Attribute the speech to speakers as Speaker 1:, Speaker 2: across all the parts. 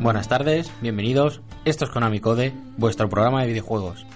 Speaker 1: Buenas tardes, bienvenidos. Esto es Konami Code, vuestro programa de videojuegos.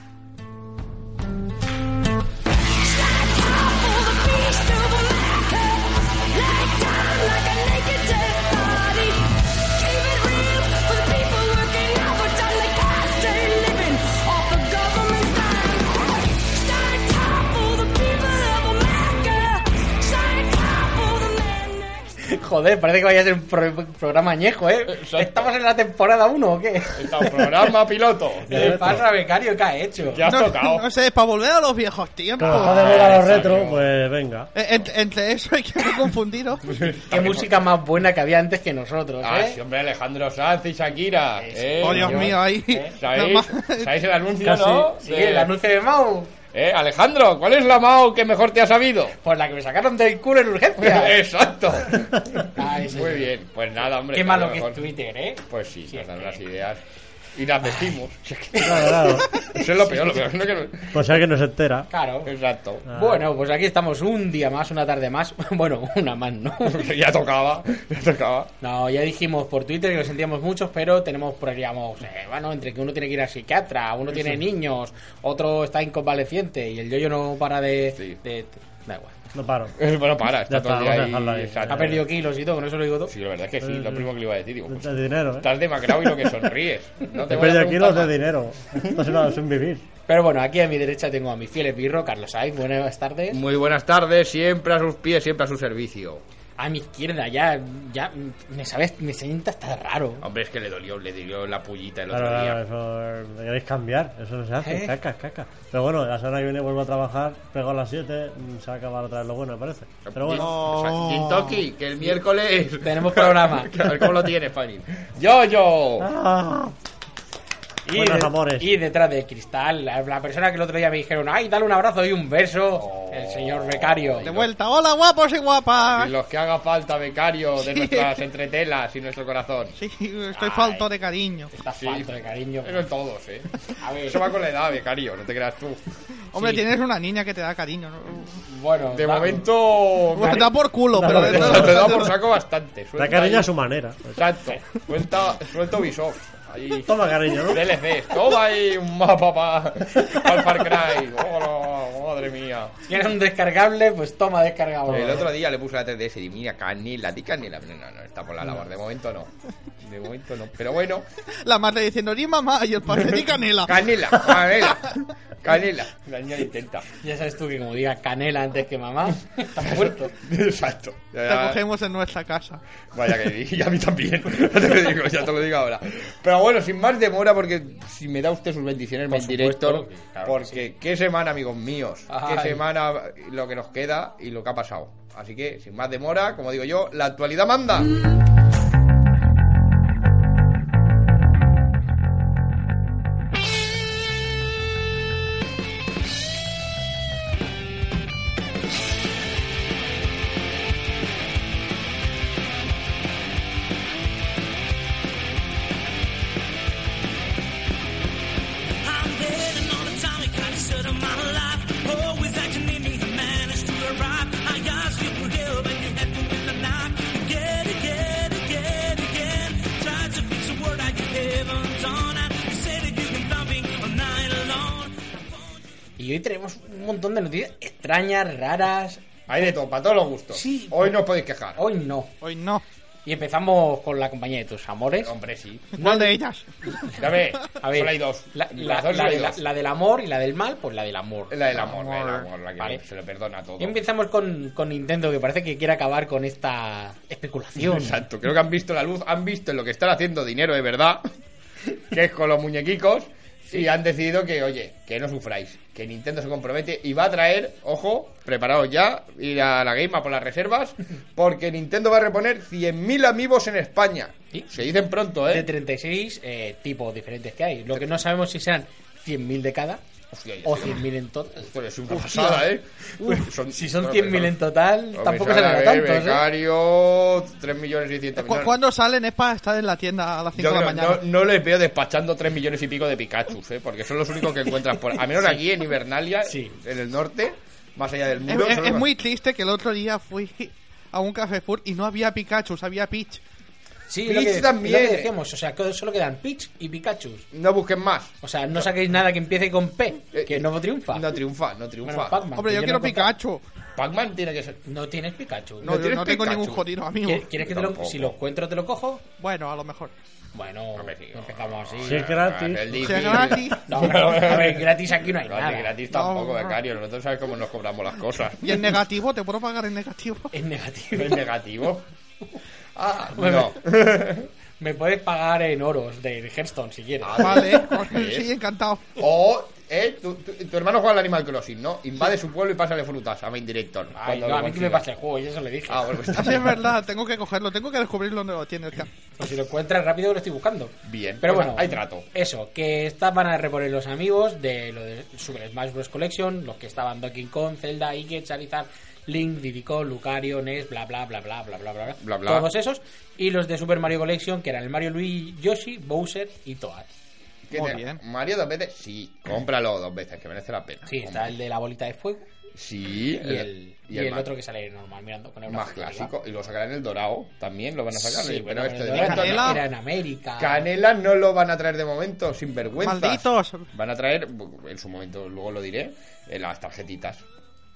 Speaker 2: Joder, parece que vaya a ser un pro- programa añejo, ¿eh?
Speaker 3: Exacto.
Speaker 2: ¿Estamos en la temporada 1 o qué?
Speaker 3: Está un programa piloto.
Speaker 2: El parra becario que ha hecho.
Speaker 3: Ya has
Speaker 4: no,
Speaker 3: tocado.
Speaker 4: no sé, para volver a los viejos tiempos.
Speaker 5: Trabajad de volver a los
Speaker 3: Exacto.
Speaker 5: retro, pues venga.
Speaker 4: Eh, ent- entre eso hay que no confundiros.
Speaker 2: Qué música más buena que había antes que nosotros,
Speaker 3: Ah,
Speaker 2: ¿eh?
Speaker 3: sí, hombre, Alejandro Sanz y Shakira. Eh,
Speaker 4: Oh, Dios
Speaker 3: yo-
Speaker 4: mío, ahí.
Speaker 3: ¿Eh?
Speaker 4: No,
Speaker 3: ¿Sabéis,
Speaker 4: ma-
Speaker 3: sabéis el anuncio,
Speaker 5: Casi.
Speaker 3: no?
Speaker 2: Sí,
Speaker 3: De-
Speaker 2: el anuncio de Mau.
Speaker 3: Eh, Alejandro, ¿cuál es la MAO que mejor te ha sabido?
Speaker 2: Por la que me sacaron del culo en
Speaker 3: Eh.
Speaker 2: urgencia.
Speaker 3: Exacto.
Speaker 2: Ay, sí,
Speaker 3: Muy
Speaker 2: sí.
Speaker 3: bien. Pues nada, hombre.
Speaker 2: Qué
Speaker 3: que a
Speaker 2: malo
Speaker 3: lo
Speaker 2: que es
Speaker 3: mejor-
Speaker 2: Twitter, ¿eh?
Speaker 3: Pues sí, nos dan
Speaker 2: es
Speaker 3: unas ideas. Y las decimos.
Speaker 5: Claro, claro.
Speaker 3: Eso es lo peor, lo peor. no que-
Speaker 5: Pues si alguien no se entera.
Speaker 2: Claro.
Speaker 3: Exacto.
Speaker 5: Ah.
Speaker 2: Bueno, pues aquí estamos un día más, una tarde más. Bueno, una más, ¿no?
Speaker 3: Ya tocaba, ya tocaba.
Speaker 2: No, ya dijimos por Twitter que lo sentíamos muchos, pero tenemos problemas. eh, bueno, entre que uno tiene que ir a psiquiatra, uno tiene niños, otro está inconvaleciente y el yo-yo no para de.
Speaker 3: Sí.
Speaker 2: de- da igual.
Speaker 5: No paro.
Speaker 3: Eh, Bueno, para, está
Speaker 5: Ya
Speaker 3: todo el
Speaker 5: está,
Speaker 3: día
Speaker 5: vamos a dejarlo ahí.
Speaker 3: ahí. exacto.
Speaker 2: Ha perdido kilos y todo, con eso lo digo todo.
Speaker 3: Ah, Sí, la verdad es que sí, lo primero que le iba a decir. Digo, pues,
Speaker 5: De dinero, ¿eh?
Speaker 3: estás demacrado y lo que sonríes. No te
Speaker 5: He
Speaker 3: voy a
Speaker 5: perdido kilos
Speaker 3: preguntar
Speaker 5: de dinero. Esto es una- es un vivir.
Speaker 2: Pero bueno, aquí a mi derecha tengo a mi fiel esbirro, Carlos Sainz. Buenas tardes.
Speaker 3: más. Muy buenas tardes, siempre a sus pies, siempre a su servicio.
Speaker 2: A mi izquierda, ya. ya me sabes, me sienta hasta raro.
Speaker 3: Hombre, es que le dolió, le dolió la pullita el
Speaker 5: Claro,
Speaker 3: otro
Speaker 5: claro,
Speaker 3: día.
Speaker 5: eso eh, queréis cambiar. Eso no se hace.
Speaker 2: ¿Eh?
Speaker 5: Caca, caca. Pero bueno, la semana que viene vuelvo a trabajar. Pego a las 7. mm, Se va a acabar otra vez lo bueno, me parece. Pero bueno.
Speaker 4: bueno.
Speaker 3: Gin- Gintoki, que el miércoles.
Speaker 2: Tenemos programa.
Speaker 3: A ver cómo lo tienes, Fanny. Yo, yo.
Speaker 5: ¡Ah!
Speaker 2: Y
Speaker 5: Buenos
Speaker 2: de-
Speaker 5: amores.
Speaker 2: Y detrás de cristal, la, la persona que el otro día me dijeron, ay, dale un abrazo y un beso,
Speaker 3: Oh.
Speaker 2: el señor becario.
Speaker 4: De vuelta. Hola, guapos y guapas.
Speaker 3: Ah. Y los que haga falta, becario, de nuestras entretelas y nuestro corazón.
Speaker 4: Sí, estoy falto de cariño.
Speaker 2: Está
Speaker 3: Sí.
Speaker 2: falto de cariño.
Speaker 3: Eso en todos, eh.
Speaker 2: A ver,
Speaker 3: Eso va con la edad, becario, no te creas tú.
Speaker 4: Hombre,
Speaker 2: Sí.
Speaker 4: tienes una niña que te da cariño. ¿no?
Speaker 2: bueno,
Speaker 3: De
Speaker 2: va-
Speaker 3: momento.
Speaker 4: Bueno, te da por culo,
Speaker 5: No,
Speaker 4: pero...
Speaker 5: no,
Speaker 4: de
Speaker 5: no,
Speaker 4: todas
Speaker 3: Te da
Speaker 4: maneras-
Speaker 3: por saco bastante.
Speaker 5: La
Speaker 3: Suelta
Speaker 5: cariño
Speaker 3: ahí.
Speaker 5: a su manera.
Speaker 3: Exacto. Suelta, suelta Ubisoft. Ahí.
Speaker 5: Toma cariño, ¿no?
Speaker 3: DLC. Toma ahí un mapa para Far Cry. Oh, madre mía.
Speaker 2: ¿Quieres un descargable? Pues toma descargable.
Speaker 3: El otro día le puse la 3DS y dije, mira, canela, di canela. No, no, no, está por la labor. De momento no. De momento no. Pero bueno,
Speaker 4: La madre diciendo, ni mamá, y el padre, ni canela.
Speaker 3: canela, canela, canela. La niña lo intenta.
Speaker 2: Ya sabes tú que como diga canela antes que mamá, está muerto.
Speaker 3: Exacto. Ya,
Speaker 4: Te
Speaker 3: ya.
Speaker 4: cogemos en nuestra casa.
Speaker 3: Vaya que di- y a mí también. Ya te lo digo, ya te lo digo ahora. Pero bueno, sin más demora, porque si me da usted sus bendiciones,
Speaker 2: Por
Speaker 3: mi director,
Speaker 2: supuesto, claro que
Speaker 3: porque qué semana, amigos míos,
Speaker 2: Ay.
Speaker 3: qué semana lo que nos queda y lo que ha pasado. Así que, sin más demora, como digo yo, la actualidad manda.
Speaker 6: I'm living on a Tommy concert of my life. Always acting in me, the man is to arrive. I asked you for help and you had to win the night. Again, again, again, again. Tried to fix a word I haven't done. And you said that you can find me all night long.
Speaker 2: Y hoy tenemos un montón de noticias extrañas, raras.
Speaker 3: Hay de todo, para todos los gustos.
Speaker 2: Sí.
Speaker 3: Hoy no os podéis quejar.
Speaker 2: Hoy no.
Speaker 4: Hoy no.
Speaker 2: Y empezamos con la compañía de tus amores.
Speaker 3: Hombre, sí.
Speaker 4: ¿Cuál de ellas?
Speaker 3: Dame,
Speaker 2: A ver,
Speaker 3: solo hay dos.
Speaker 2: La,
Speaker 3: En mi
Speaker 2: la-
Speaker 3: corazón
Speaker 2: la
Speaker 3: solo hay
Speaker 2: de la-
Speaker 3: dos.
Speaker 2: la del amor y la del mal, pues la del amor.
Speaker 3: La del amor, la del amor, la que
Speaker 2: Vale.
Speaker 3: se lo perdona todo.
Speaker 2: Y empezamos con, con Nintendo, que parece que quiere acabar con esta especulación.
Speaker 3: Exacto, creo que han visto la luz, han visto en lo que están haciendo dinero de verdad, que es con los muñequicos, y han decidido que, oye, que no sufráis, que Nintendo se compromete y va a traer, ojo, preparaos ya, ir a la Game por las reservas, porque Nintendo va a reponer 100.000 amigos en España.
Speaker 2: Sí.
Speaker 3: Se dicen pronto,
Speaker 2: De
Speaker 3: ¿eh?
Speaker 2: 36 eh, tipos diferentes que hay. Lo que no sabemos si serán 100.000 de cada
Speaker 3: Hostia, ya
Speaker 2: O
Speaker 3: sé.
Speaker 2: 100.000 en total.
Speaker 3: Pues es una pasada, ¿eh?
Speaker 2: Uf,
Speaker 3: Son-
Speaker 2: si son
Speaker 3: no,
Speaker 2: 100.000 en
Speaker 3: perdón.
Speaker 2: total,
Speaker 3: Hombre,
Speaker 2: tampoco se
Speaker 3: sale,
Speaker 2: da
Speaker 3: eh,
Speaker 2: tantos, ¿eh?
Speaker 3: Becario, 3 millones y 600
Speaker 4: ¿Cu- ¿Cuándo salen es para estar en la tienda a las 5
Speaker 3: Yo
Speaker 4: de la
Speaker 3: creo-
Speaker 4: mañana?
Speaker 3: no, no les veo despachando 3 millones y pico de Pikachu, ¿eh? Porque son los únicos que encuentras por... A menos aquí en Hibernalia,
Speaker 2: Sí.
Speaker 3: en el norte, más allá del
Speaker 4: Es-
Speaker 3: muro...
Speaker 4: es,
Speaker 3: son
Speaker 4: es
Speaker 3: los-
Speaker 4: muy triste que el otro día fui a un Café Food y no había Pikachu, había Peach.
Speaker 2: Sí, es lo
Speaker 3: Peach
Speaker 2: que, es
Speaker 3: también,
Speaker 2: lo que
Speaker 3: eh.
Speaker 2: decíamos, o sea, que solo quedan Peach y Pikachu.
Speaker 3: No busquen más.
Speaker 2: O sea, no saquéis nada que empiece con P,
Speaker 3: Eh,
Speaker 2: que
Speaker 3: eh,
Speaker 2: no triunfa.
Speaker 3: No triunfa, no triunfa.
Speaker 2: Bueno, Pac-Man,
Speaker 4: Hombre,
Speaker 2: que
Speaker 4: yo
Speaker 2: no
Speaker 4: quiero
Speaker 2: he contado.
Speaker 4: Pikachu.
Speaker 3: Pac-Man tiene que ser...
Speaker 2: No tienes Pikachu.
Speaker 4: No,
Speaker 3: ¿No
Speaker 4: yo
Speaker 3: tienes
Speaker 4: no tengo
Speaker 3: Pikachu?
Speaker 4: ningún jodido amigo.
Speaker 2: ¿Qui- ¿Quieres que te lo,
Speaker 3: Tampoco.
Speaker 2: si lo encuentro te lo cojo?
Speaker 4: Bueno, a lo mejor.
Speaker 2: Bueno,
Speaker 3: Hombre, sí, no,
Speaker 2: empezamos así.
Speaker 5: Sí, es gratis.
Speaker 3: Ah, el
Speaker 4: Si
Speaker 3: Didi.
Speaker 4: es gratis.
Speaker 2: No, pero, a ver, gratis aquí no hay
Speaker 3: No,
Speaker 2: nada.
Speaker 3: ni gratis tampoco,
Speaker 4: No, no.
Speaker 3: becario. Nosotros sabes cómo nos cobramos las cosas.
Speaker 4: Y en negativo, ¿te puedo pagar en negativo?
Speaker 2: Es negativo.
Speaker 3: Es negativo. Ah,
Speaker 2: Bueno.
Speaker 3: no.
Speaker 2: Me puedes pagar en oros de Hearthstone si quieres.
Speaker 3: Ah,
Speaker 4: Vale, pues,
Speaker 3: Sí.
Speaker 4: sí, encantado.
Speaker 3: O, eh, tu, tu- tu hermano juega al Animal Crossing, ¿no? Invade su pueblo y pásale frutas a Main Director.
Speaker 2: Ay,
Speaker 3: Cuando
Speaker 2: no,
Speaker 3: lo
Speaker 2: a mí que
Speaker 3: consiga.
Speaker 2: me pasa el juego, y eso le dije.
Speaker 3: Ah, bueno, pues
Speaker 4: Así
Speaker 3: está
Speaker 4: es verdad, tengo que cogerlo, tengo que descubrir dónde lo tienes. que-
Speaker 2: Pues si lo encuentras rápido, que lo estoy buscando.
Speaker 3: Bien,
Speaker 2: pero
Speaker 3: pues
Speaker 2: bueno,
Speaker 3: hay trato.
Speaker 2: Eso, que esta van a reponer los amigos de lo de Super Smash Bros. Collection, los que estaban Donkey Kong, Zelda, Ike, Charizard, Link, Diddy Kong, Lucario, Ness, bla bla bla bla bla bla bla
Speaker 3: Bla, bla.
Speaker 2: Todos esos. Y los de Super Mario Collection, que eran el Mario Luigi, Yoshi, Bowser y Toad.
Speaker 3: ¿Qué
Speaker 4: Muy
Speaker 3: te-
Speaker 4: bien.
Speaker 3: Mario dos veces, sí, cómpralo dos veces, que merece la pena.
Speaker 2: Sí, está el de la bolita de fuego
Speaker 3: Sí,
Speaker 2: y el, y el
Speaker 3: más-
Speaker 2: otro que sale normal mirando con el
Speaker 3: más
Speaker 2: brazo arriba.
Speaker 3: clásico. Y lo sacarán el dorado también, lo van a sacar.
Speaker 2: Sí,
Speaker 3: pero
Speaker 2: bueno,
Speaker 3: este de
Speaker 2: pero
Speaker 3: momento
Speaker 4: Canela.
Speaker 3: no.
Speaker 2: era en América.
Speaker 3: Canela no lo van a traer de momento, sin vergüenza.
Speaker 4: Malditos.
Speaker 3: Van a traer, en su momento, luego lo diré, eh, las tarjetitas.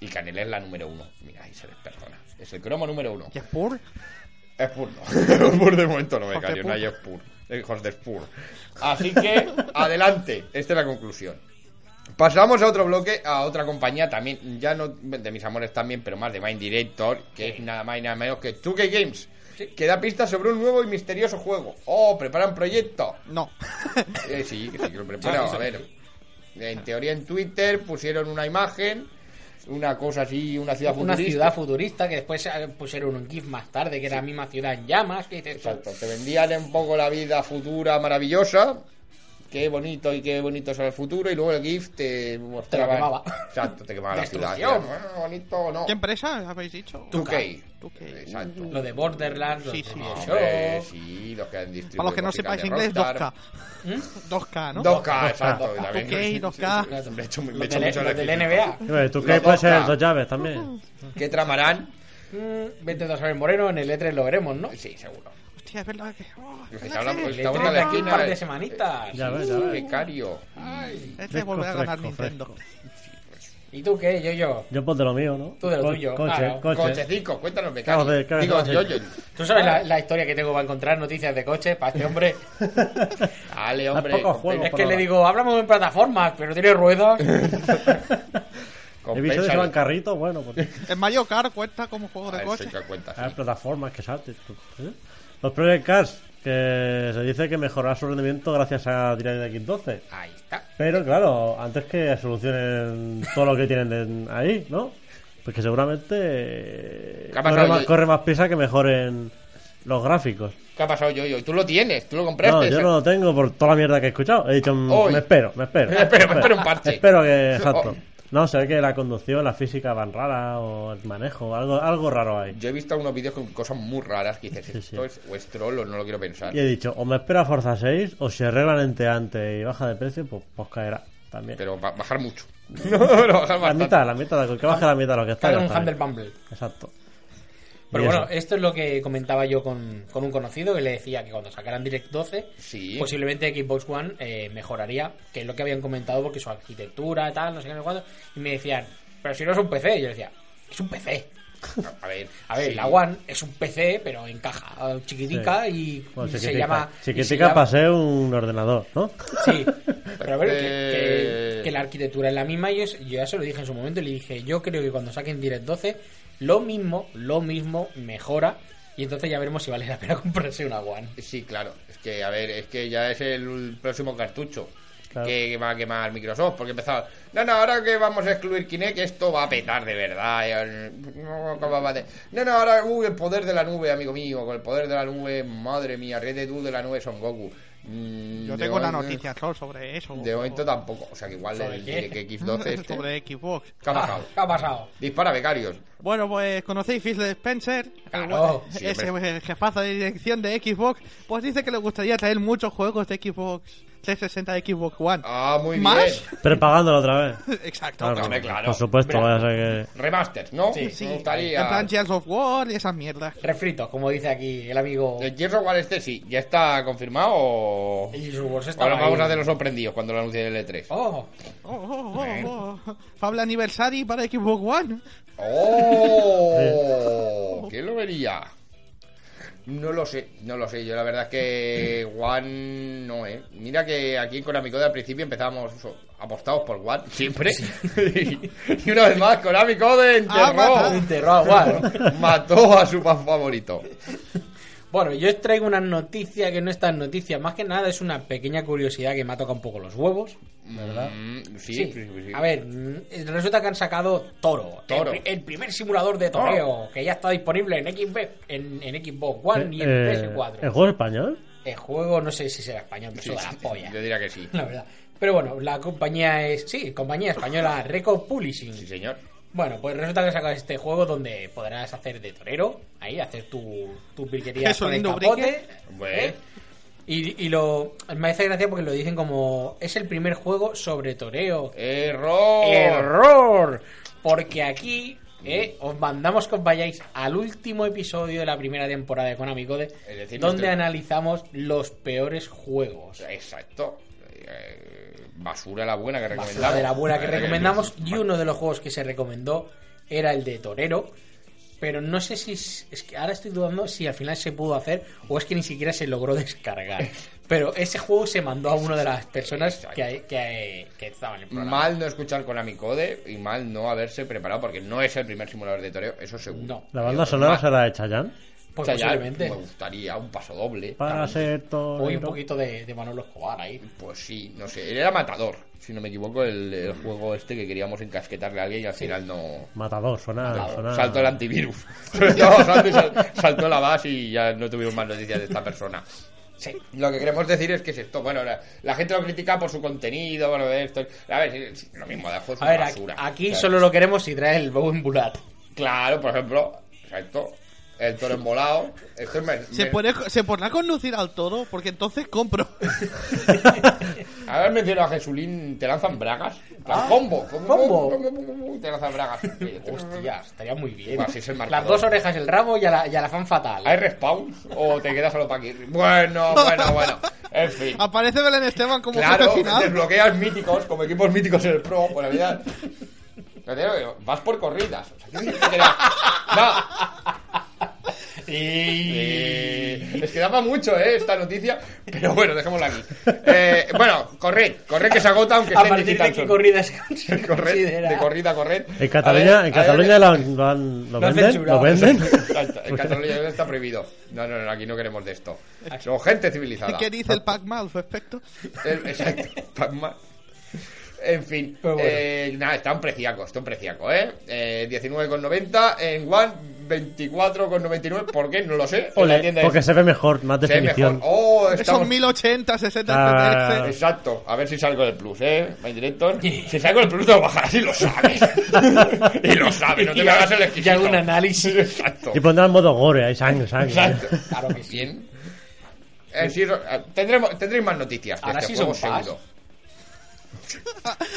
Speaker 3: Y Canela es la número uno. Mira, ahí se les perdona. Es el cromo número uno.
Speaker 4: ¿Y Spur?
Speaker 3: Spur no. Spur de momento no me
Speaker 4: Hijos de
Speaker 3: callo, no hay
Speaker 4: puta.
Speaker 3: Spur. Hijos de Spur. Así que, adelante. Esta es la conclusión. Pasamos a otro bloque, a otra compañía también, ya no de mis amores también, pero más de Mind Director, que es nada más y nada menos que 2K Games, que da pistas sobre un nuevo y misterioso juego. Oh, preparan proyecto.
Speaker 4: No.
Speaker 3: Eh, sí, que sí que lo preparaba. A ver, en teoría en Twitter pusieron una imagen, una cosa así, una ciudad
Speaker 2: una
Speaker 3: futurista.
Speaker 2: ciudad futurista que después eh, pusieron un GIF más tarde, que era la misma ciudad en llamas. Que dices,
Speaker 3: Exacto, te vendían un poco la vida futura maravillosa. Qué bonito y qué bonito es el futuro. Y luego el GIF te mostraba.
Speaker 2: quemaba.
Speaker 3: Exacto, te quemaba la ciudad.
Speaker 2: Destrucción.
Speaker 3: Bueno, bonito o no.
Speaker 4: ¿Qué empresa habéis dicho?
Speaker 3: 2K.
Speaker 4: 2K.
Speaker 3: Exacto.
Speaker 2: Lo de Borderlands, lo
Speaker 4: Sí,
Speaker 2: de
Speaker 4: sí.
Speaker 2: Video
Speaker 3: Hombre,
Speaker 2: Show.
Speaker 3: sí, los que han distribuido.
Speaker 4: Para los que no
Speaker 3: cositas
Speaker 4: sepáis
Speaker 3: de
Speaker 4: inglés,
Speaker 3: Rockstar.
Speaker 4: 2K. 2K, ¿no?
Speaker 3: 2K, exacto. y también-
Speaker 4: 2K, 2K.
Speaker 3: Me he hecho- me he
Speaker 2: Los
Speaker 3: hecho
Speaker 2: del-
Speaker 3: mucho
Speaker 2: los del
Speaker 3: ejercicio.
Speaker 2: NBA.
Speaker 5: Hombre, ¿Tú
Speaker 3: Los
Speaker 5: qué
Speaker 3: dos,
Speaker 5: puedes ser
Speaker 3: ah.
Speaker 5: dos llaves también?
Speaker 3: ¿Qué tramarán?
Speaker 2: Mm, Vete a saber Moreno, en el E3 lo veremos, ¿no?
Speaker 3: Sí, seguro.
Speaker 4: Hostia, es verdad que. oh,
Speaker 3: Que
Speaker 4: es
Speaker 3: se habla
Speaker 4: la
Speaker 3: por
Speaker 2: El
Speaker 4: serie.
Speaker 3: Está
Speaker 2: E3
Speaker 3: buena
Speaker 2: de
Speaker 3: la
Speaker 2: aquí un
Speaker 3: esquina,
Speaker 2: par
Speaker 3: eh.
Speaker 2: de semanitas.
Speaker 5: Ya ves, ya
Speaker 3: Uh,
Speaker 5: ves.
Speaker 3: Becario.
Speaker 4: Este
Speaker 5: Fresco,
Speaker 4: volver a ganar
Speaker 5: fresco,
Speaker 4: Nintendo.
Speaker 5: fresco.
Speaker 2: ¿y tú qué, yo, yo?
Speaker 5: Yo pues de lo mío, ¿no?
Speaker 2: Tú de lo
Speaker 5: Co-
Speaker 2: tuyo,
Speaker 5: Coche,
Speaker 2: claro.
Speaker 5: coche.
Speaker 3: Cochecico, cuéntanos,
Speaker 5: Claro, de-
Speaker 3: becario.
Speaker 5: claro,
Speaker 3: Digo,
Speaker 5: sí.
Speaker 3: yo, yo.
Speaker 2: ¿Tú sabes la, la historia que tengo para encontrar noticias de coches para este hombre?
Speaker 3: Dale,
Speaker 5: Hay
Speaker 3: hombre.
Speaker 5: pocos juegos.
Speaker 2: es que
Speaker 5: para
Speaker 2: le
Speaker 5: la-
Speaker 2: digo, hablamos en plataformas, pero tiene ruedas.
Speaker 5: He visto que se van
Speaker 3: Compénsalo.
Speaker 5: carritos, bueno, pues.
Speaker 4: El Mario Kart cuenta como juego
Speaker 3: A
Speaker 4: de
Speaker 3: ver, sí
Speaker 4: coche.
Speaker 3: que cuenta, sí.
Speaker 5: Hay plataformas que salten. ¿eh? Los Project Cars, que se dice que mejorará su rendimiento gracias a DirectX 12.
Speaker 2: Ahí está.
Speaker 5: Pero claro, antes que solucionen todo lo que tienen de- ahí, ¿no? Porque seguramente eh,
Speaker 3: ¿Qué ha pasado
Speaker 5: corre más,
Speaker 3: allí?
Speaker 5: corre más prisa que mejoren los gráficos.
Speaker 3: ¿Qué ha pasado, yo, yo? Tú lo tienes, tú lo compraste.
Speaker 5: No, yo no lo tengo por toda la mierda que he escuchado. He dicho, mm,
Speaker 3: Hoy.
Speaker 5: me espero, me espero.
Speaker 3: Me espero, me espero un parche.
Speaker 5: Espero que, exacto.
Speaker 3: Hoy.
Speaker 5: No, sé que la conducción, la física van rara o el manejo, algo, algo raro hay.
Speaker 3: Yo he visto unos vídeos con cosas muy raras que dices,
Speaker 5: Sí, sí.
Speaker 3: esto es, o es troll o no lo quiero pensar.
Speaker 5: Y he dicho, o me espera Forza 6, o si arreglan ente antes y baja de precio, pues, pues caerá también.
Speaker 3: Pero ba- bajar mucho. No, no, bajar
Speaker 5: la
Speaker 3: bastante.
Speaker 5: mitad, la mitad, que baje la mitad de lo que está.
Speaker 2: Cago en
Speaker 5: ya
Speaker 2: un
Speaker 5: está
Speaker 2: handle
Speaker 5: bien.
Speaker 2: bumble.
Speaker 5: Exacto.
Speaker 2: Pero
Speaker 5: Y
Speaker 2: bueno,
Speaker 5: eso.
Speaker 2: esto es lo que comentaba yo con, con un conocido que le decía que cuando sacaran Direct 12,
Speaker 3: Sí.
Speaker 2: posiblemente Xbox One eh, mejoraría, que es lo que habían comentado porque su arquitectura, tal, no sé qué, no sé cuánto. Y me decían, pero si no es un PC. Y yo decía, es un PC.
Speaker 3: A ver,
Speaker 2: A ver,
Speaker 3: sí.
Speaker 2: la One es un PC, pero en caja eh, chiquitica y
Speaker 5: Bueno,
Speaker 2: se
Speaker 5: chiquitica.
Speaker 2: llama. y se
Speaker 5: Chiquitica
Speaker 2: llama-
Speaker 5: para ser un ordenador, ¿no?
Speaker 2: Sí, pero a ver, que, que-
Speaker 3: Eh.
Speaker 2: que la arquitectura es la misma. y Yo, yo ya se lo dije en su momento y le dije, yo creo que cuando saquen Direct 12, lo mismo, lo mismo mejora. Y entonces ya veremos si vale la pena comprarse una One.
Speaker 3: Sí, claro. Es que, a ver, es que ya es el próximo cartucho
Speaker 5: Claro.
Speaker 3: que va a quemar Microsoft. Porque empezaba, no, no, ahora que vamos a excluir Kinect, esto va a petar de verdad. y el- No, ¿cómo va a de- no, no, ahora, uy, el poder de la nube, amigo mío, con el poder de la nube, madre mía, Red Dead de la nube, Son Goku. Mm,
Speaker 4: Yo
Speaker 3: de
Speaker 4: tengo una
Speaker 3: momento-
Speaker 4: noticia solo sobre eso.
Speaker 3: De momento tampoco. O sea que igual
Speaker 2: ¿Sobre
Speaker 3: el
Speaker 2: qué?
Speaker 3: X12 este.
Speaker 4: sobre Xbox.
Speaker 3: ¿Qué ha pasado?
Speaker 2: ¿Qué ha pasado?
Speaker 3: Dispara, becarios.
Speaker 4: Bueno, pues conocéis Phil Spencer,
Speaker 2: Claro,
Speaker 4: El-
Speaker 3: sí,
Speaker 4: ese
Speaker 3: hombre.
Speaker 4: el jefazo de dirección de Xbox, pues dice que le gustaría traer muchos juegos de Xbox 360 Xbox One.
Speaker 3: Ah, muy
Speaker 4: ¿Más?
Speaker 3: bien.
Speaker 5: Pero pagándolo otra vez.
Speaker 4: Exacto.
Speaker 3: hombre, claro.
Speaker 5: Por supuesto,
Speaker 3: Hombre.
Speaker 5: vaya a ser que.
Speaker 3: Remasters, ¿no?
Speaker 2: Sí,
Speaker 4: Sí,
Speaker 3: Me
Speaker 4: en
Speaker 3: gustaría.
Speaker 4: plan Gears of War y esas mierdas.
Speaker 2: Refrito, como dice aquí el amigo.
Speaker 3: El Gears of War este sí, ya está confirmado o.
Speaker 2: Y su bolsa estaba
Speaker 3: Ahora vamos
Speaker 2: ahí.
Speaker 3: a hacer los sorprendidos cuando lo anuncie el E E3.
Speaker 2: Oh,
Speaker 4: Oh, oh, oh, oh. Fable Anniversary para Xbox One.
Speaker 3: ¡Oh! ¿Quién lo vería? No lo sé, no lo sé. Yo la verdad es que One no, ¿eh? Mira que aquí en Konami Code al principio empezábamos eso, apostados por One, siempre. y una vez más, Konami Code
Speaker 4: Ah,
Speaker 3: enterró,
Speaker 4: mata.
Speaker 2: enterrado, guau.
Speaker 3: mató a su fan favorito.
Speaker 2: Bueno, yo os traigo una noticia que no es tan noticia. Más que nada es una pequeña curiosidad que me ha tocado un poco los huevos.
Speaker 3: ¿Verdad? Mm, sí, sí, sí, sí.
Speaker 2: A ver, mm, resulta que han sacado Toro.
Speaker 3: Toro.
Speaker 2: El, pri- el primer simulador de toreo que ya está disponible en, XB, en, en Xbox One y en
Speaker 5: Eh,
Speaker 2: PS4.
Speaker 5: ¿El juego español?
Speaker 2: El juego no sé si será español, pero
Speaker 3: Sí,
Speaker 2: suda
Speaker 3: sí,
Speaker 2: la polla.
Speaker 3: Yo diría que sí.
Speaker 2: La verdad. Pero bueno, la compañía es. Sí, compañía española Record Publishing.
Speaker 3: Sí, señor.
Speaker 2: Bueno, pues resulta que han sacado este juego donde podrás hacer de torero, ahí, hacer tu, tu virguería
Speaker 4: Es un
Speaker 2: con el
Speaker 4: lindo
Speaker 2: capote.
Speaker 4: brique.
Speaker 3: Bueno.
Speaker 2: ¿eh? Y, y lo. Me hace gracia porque lo dicen como. Es el primer juego sobre toreo.
Speaker 3: Error.
Speaker 2: ¡Error! Porque aquí eh, os mandamos que os vayáis al último episodio de la primera temporada de Konami Code,
Speaker 3: Es decir,
Speaker 2: donde
Speaker 3: nuestro-
Speaker 2: analizamos los peores juegos.
Speaker 3: Exacto. Eh, basura la buena que recomendamos. Eh,
Speaker 2: Basura de la buena que
Speaker 3: Madre
Speaker 2: recomendamos.
Speaker 3: mía.
Speaker 2: Y uno de los juegos que se recomendó era el de Torero. Pero no sé si. Es es que ahora estoy dudando si al final se pudo hacer o es que ni siquiera se logró descargar. Pero ese juego se mandó a una de las personas que, que, que estaban en el programa.
Speaker 3: Mal no escuchar Konami Code y mal no haberse preparado porque no es el primer simulador de toreo, eso seguro.
Speaker 2: No.
Speaker 5: La banda sonora
Speaker 3: mal.
Speaker 5: será hecha ya.
Speaker 2: Pues
Speaker 3: O sea, ya
Speaker 2: posiblemente.
Speaker 3: Me gustaría un paso doble.
Speaker 5: Para
Speaker 3: también.
Speaker 5: ser todo.
Speaker 2: Hoy un poquito de, de Manolo Escobar ahí.
Speaker 3: Pues sí, no sé. Era matador, si no me equivoco, el, el juego este que queríamos encasquetarle a alguien y al final no.
Speaker 5: Matador, suena. suena-
Speaker 3: Saltó el antivirus. Estaba bajando y sal- saltó la base y ya no tuvimos más noticias de esta persona.
Speaker 2: Sí.
Speaker 3: Lo que queremos decir es que es esto. Bueno, la, la gente lo critica por su contenido, bueno, esto. A ver, es- es lo mismo, de juego es
Speaker 2: A
Speaker 3: una
Speaker 2: ver, aquí,
Speaker 3: basura.
Speaker 2: aquí
Speaker 3: Claro.
Speaker 2: solo lo queremos si trae el Bowen Bulat.
Speaker 3: Claro, por ejemplo, exacto. El toro embolado. Esto es me-
Speaker 4: ¿Se,
Speaker 3: me-
Speaker 4: puede, ¿Se podrá conducir al toro? Porque entonces compro.
Speaker 3: Ahora mencionado a Jesulín, te lanzan bragas. La combo, combo,
Speaker 2: combo.
Speaker 3: combo, combo, combo, Te lanzan bragas.
Speaker 2: Hostia,
Speaker 3: Hostias.
Speaker 2: estaría muy bien.
Speaker 3: Así es el
Speaker 2: Las
Speaker 3: marcador.
Speaker 2: dos orejas, el rabo y a la, y a la fan fatal.
Speaker 3: ¿Hay respawn o te quedas solo para aquí? Bueno, bueno, bueno. En fin.
Speaker 4: Aparece Belén Esteban como
Speaker 3: Claro,
Speaker 4: jefe final.
Speaker 3: desbloqueas míticos, como equipos míticos en el Pro, por la vida. Pero te digo, Vas por corridas. O sea, ¿qué dices que te da? No, eh, es que daba mucho, ¿eh? Esta noticia. Pero bueno, dejémosla aquí. Eh, bueno, corred, corred que se agota, aunque
Speaker 2: a
Speaker 3: esté en
Speaker 2: partir de qué
Speaker 3: Digital
Speaker 2: corrida se
Speaker 3: Zone. Corred,
Speaker 2: considera?
Speaker 3: de corrida, corred.
Speaker 5: En
Speaker 3: A
Speaker 5: Cataluña,
Speaker 3: ver,
Speaker 5: en
Speaker 3: a ver,
Speaker 5: Cataluña lo, han- lo han- lo
Speaker 2: Lo han
Speaker 5: venden.
Speaker 2: censurado.
Speaker 5: Lo venden.
Speaker 3: Exacto, En Cataluña está prohibido. No, no, no, aquí no queremos de esto. Son gente civilizada.
Speaker 4: ¿Qué dice el Pac-Man al respecto?
Speaker 3: Eh, Exacto, Pac-Man. En fin,
Speaker 2: Pero bueno.
Speaker 3: eh, nada, está un preciaco, está un preciaco, ¿eh? eh 19,90 en One, 24,99, ¿por qué? No lo sé. en
Speaker 5: Ole,
Speaker 3: la tienda
Speaker 5: porque
Speaker 3: es-
Speaker 5: se ve mejor, más
Speaker 3: se ve
Speaker 5: definición.
Speaker 3: mejor. Oh, estamos...
Speaker 4: Son 1080, 60
Speaker 5: Ah.
Speaker 4: FPS.
Speaker 3: Exacto, a ver si salgo del plus, ¿eh? My Director. Si salgo del plus, te lo bajarás y lo sabes. y lo sabes, no te me hagas el
Speaker 2: Y
Speaker 3: exquisito.
Speaker 2: algún análisis.
Speaker 3: Exacto.
Speaker 5: Y pondrán modo gore, hay sangre, sangre.
Speaker 3: Exacto.
Speaker 2: Claro que sí.
Speaker 3: Bien. Eh, sí, ro- eh, tendremos, tendréis más noticias. de
Speaker 2: Ahora
Speaker 3: este
Speaker 2: sí son
Speaker 3: juego,
Speaker 2: pas.
Speaker 3: seguro.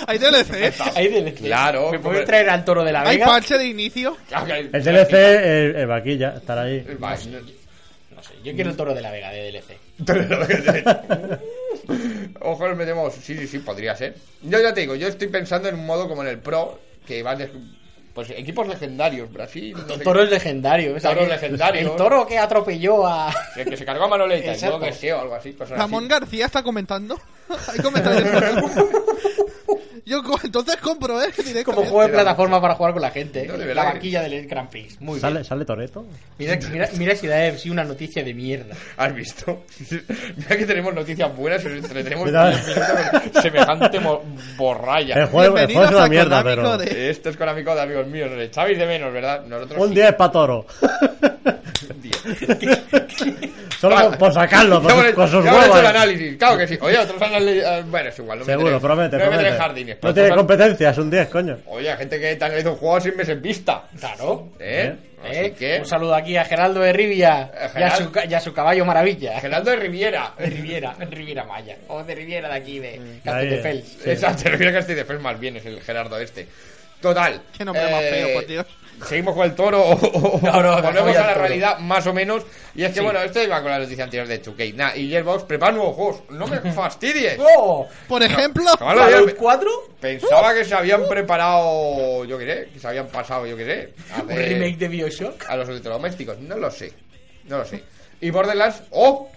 Speaker 4: Hay DLC.
Speaker 2: Ahí de-
Speaker 3: Claro,
Speaker 2: ¿Me
Speaker 3: hombre.
Speaker 2: puedes traer al toro de la
Speaker 4: Hay
Speaker 2: Vega?
Speaker 4: parche de inicio.
Speaker 5: El DLC, el, el vaquilla, estará ahí.
Speaker 2: No sé, yo quiero el toro de la Vega de DLC.
Speaker 3: Ojo, nos metemos. Sí, sí, sí, podría ser. Yo ya te digo, yo estoy pensando en un modo como en el Pro, que van de- pues equipos legendarios, Brasil. no sé
Speaker 2: El toro
Speaker 3: qué.
Speaker 2: es legendario. ¿sabes?
Speaker 3: Toro es legendario.
Speaker 2: El toro que atropelló a...
Speaker 3: El que se cargó a Manoleta, yo
Speaker 2: Exacto.
Speaker 3: que sé, o algo así, cosas así.
Speaker 4: Ramón García está comentando. Hay comentarios. Yo co- entonces compro, ¿eh?
Speaker 2: Como
Speaker 4: Directamente.
Speaker 2: juego de plataforma para jugar con la gente.
Speaker 3: No, de
Speaker 2: ¿eh?
Speaker 3: verdad
Speaker 2: la
Speaker 3: que-
Speaker 2: vaquilla del Grand Prix. Muy bien.
Speaker 5: ¿Sale, sale Toreto?
Speaker 2: Mira, mira, mira si da eh, sí, una noticia de mierda.
Speaker 3: ¿Has visto? Mira que tenemos noticias buenas, nos entretenemos
Speaker 5: Mira. Eh,
Speaker 3: 10 minutos con semejante mo-
Speaker 5: El
Speaker 3: borralla.
Speaker 5: juego, el juego es
Speaker 4: Bienvenidos
Speaker 5: una
Speaker 4: a
Speaker 5: mierda,
Speaker 4: Konami
Speaker 5: pero.
Speaker 4: Code.
Speaker 3: Esto es con amigos de amigos míos, nos echabais de menos, ¿verdad? Nosotros
Speaker 5: Un
Speaker 3: sí.
Speaker 5: 10 para Toro.
Speaker 3: Un diez.
Speaker 5: Solo por, por sacarlo, por
Speaker 3: Ya hemos-
Speaker 5: sus, con sus
Speaker 3: ya hemos hecho el
Speaker 5: huevos.
Speaker 3: análisis, claro que sí. Oye, otros análisis. Bueno, es igual. No
Speaker 5: Seguro, promete,
Speaker 3: No me meteré en
Speaker 5: promete.
Speaker 3: jardines.
Speaker 5: No
Speaker 3: pero
Speaker 5: tiene
Speaker 3: otros-
Speaker 5: competencia, es un 10, coño.
Speaker 3: Oye, hay gente que te analiza un juego sin meses en pista.
Speaker 2: Claro.
Speaker 3: ¿Eh? Así
Speaker 2: ¿Eh?
Speaker 3: que.
Speaker 2: Un saludo aquí a Geraldo de Rivia
Speaker 3: Eh,
Speaker 2: y, a
Speaker 3: Geraldo.
Speaker 2: su, ca- y a su caballo maravilla.
Speaker 3: Geraldo de Riviera.
Speaker 2: De Riviera, de Riviera Maya. O de Riviera de aquí, de
Speaker 5: Ahí,
Speaker 2: Castelldefels.
Speaker 5: sí.
Speaker 3: Exacto, Riviera Castelldefels más bien es el Gerardo este. Total. eh,
Speaker 4: Qué nombre más feo, por Dios.
Speaker 3: ¿Seguimos con el toro o, o- o
Speaker 2: No, no, que acabo
Speaker 3: volvemos
Speaker 2: ya
Speaker 3: a la
Speaker 2: el toro.
Speaker 3: realidad más o menos? Y es que, bueno, esto iba con la noticia anterior de 2K. Nah, y Gearbox prepara nuevos juegos. ¡No me fastidies!
Speaker 2: ¡Oh!
Speaker 4: Por ejemplo,
Speaker 3: Ahora ya
Speaker 2: ¿Fallout
Speaker 3: pe-
Speaker 2: 4? uh,
Speaker 3: Pensaba que se habían preparado, yo qué sé, que se habían pasado, yo qué sé, a,
Speaker 2: ¿Un
Speaker 3: hacer-
Speaker 2: remake de Bioshock?
Speaker 3: a los electrodomésticos. No lo sé, no lo sé. Y Borderlands, ¡oh!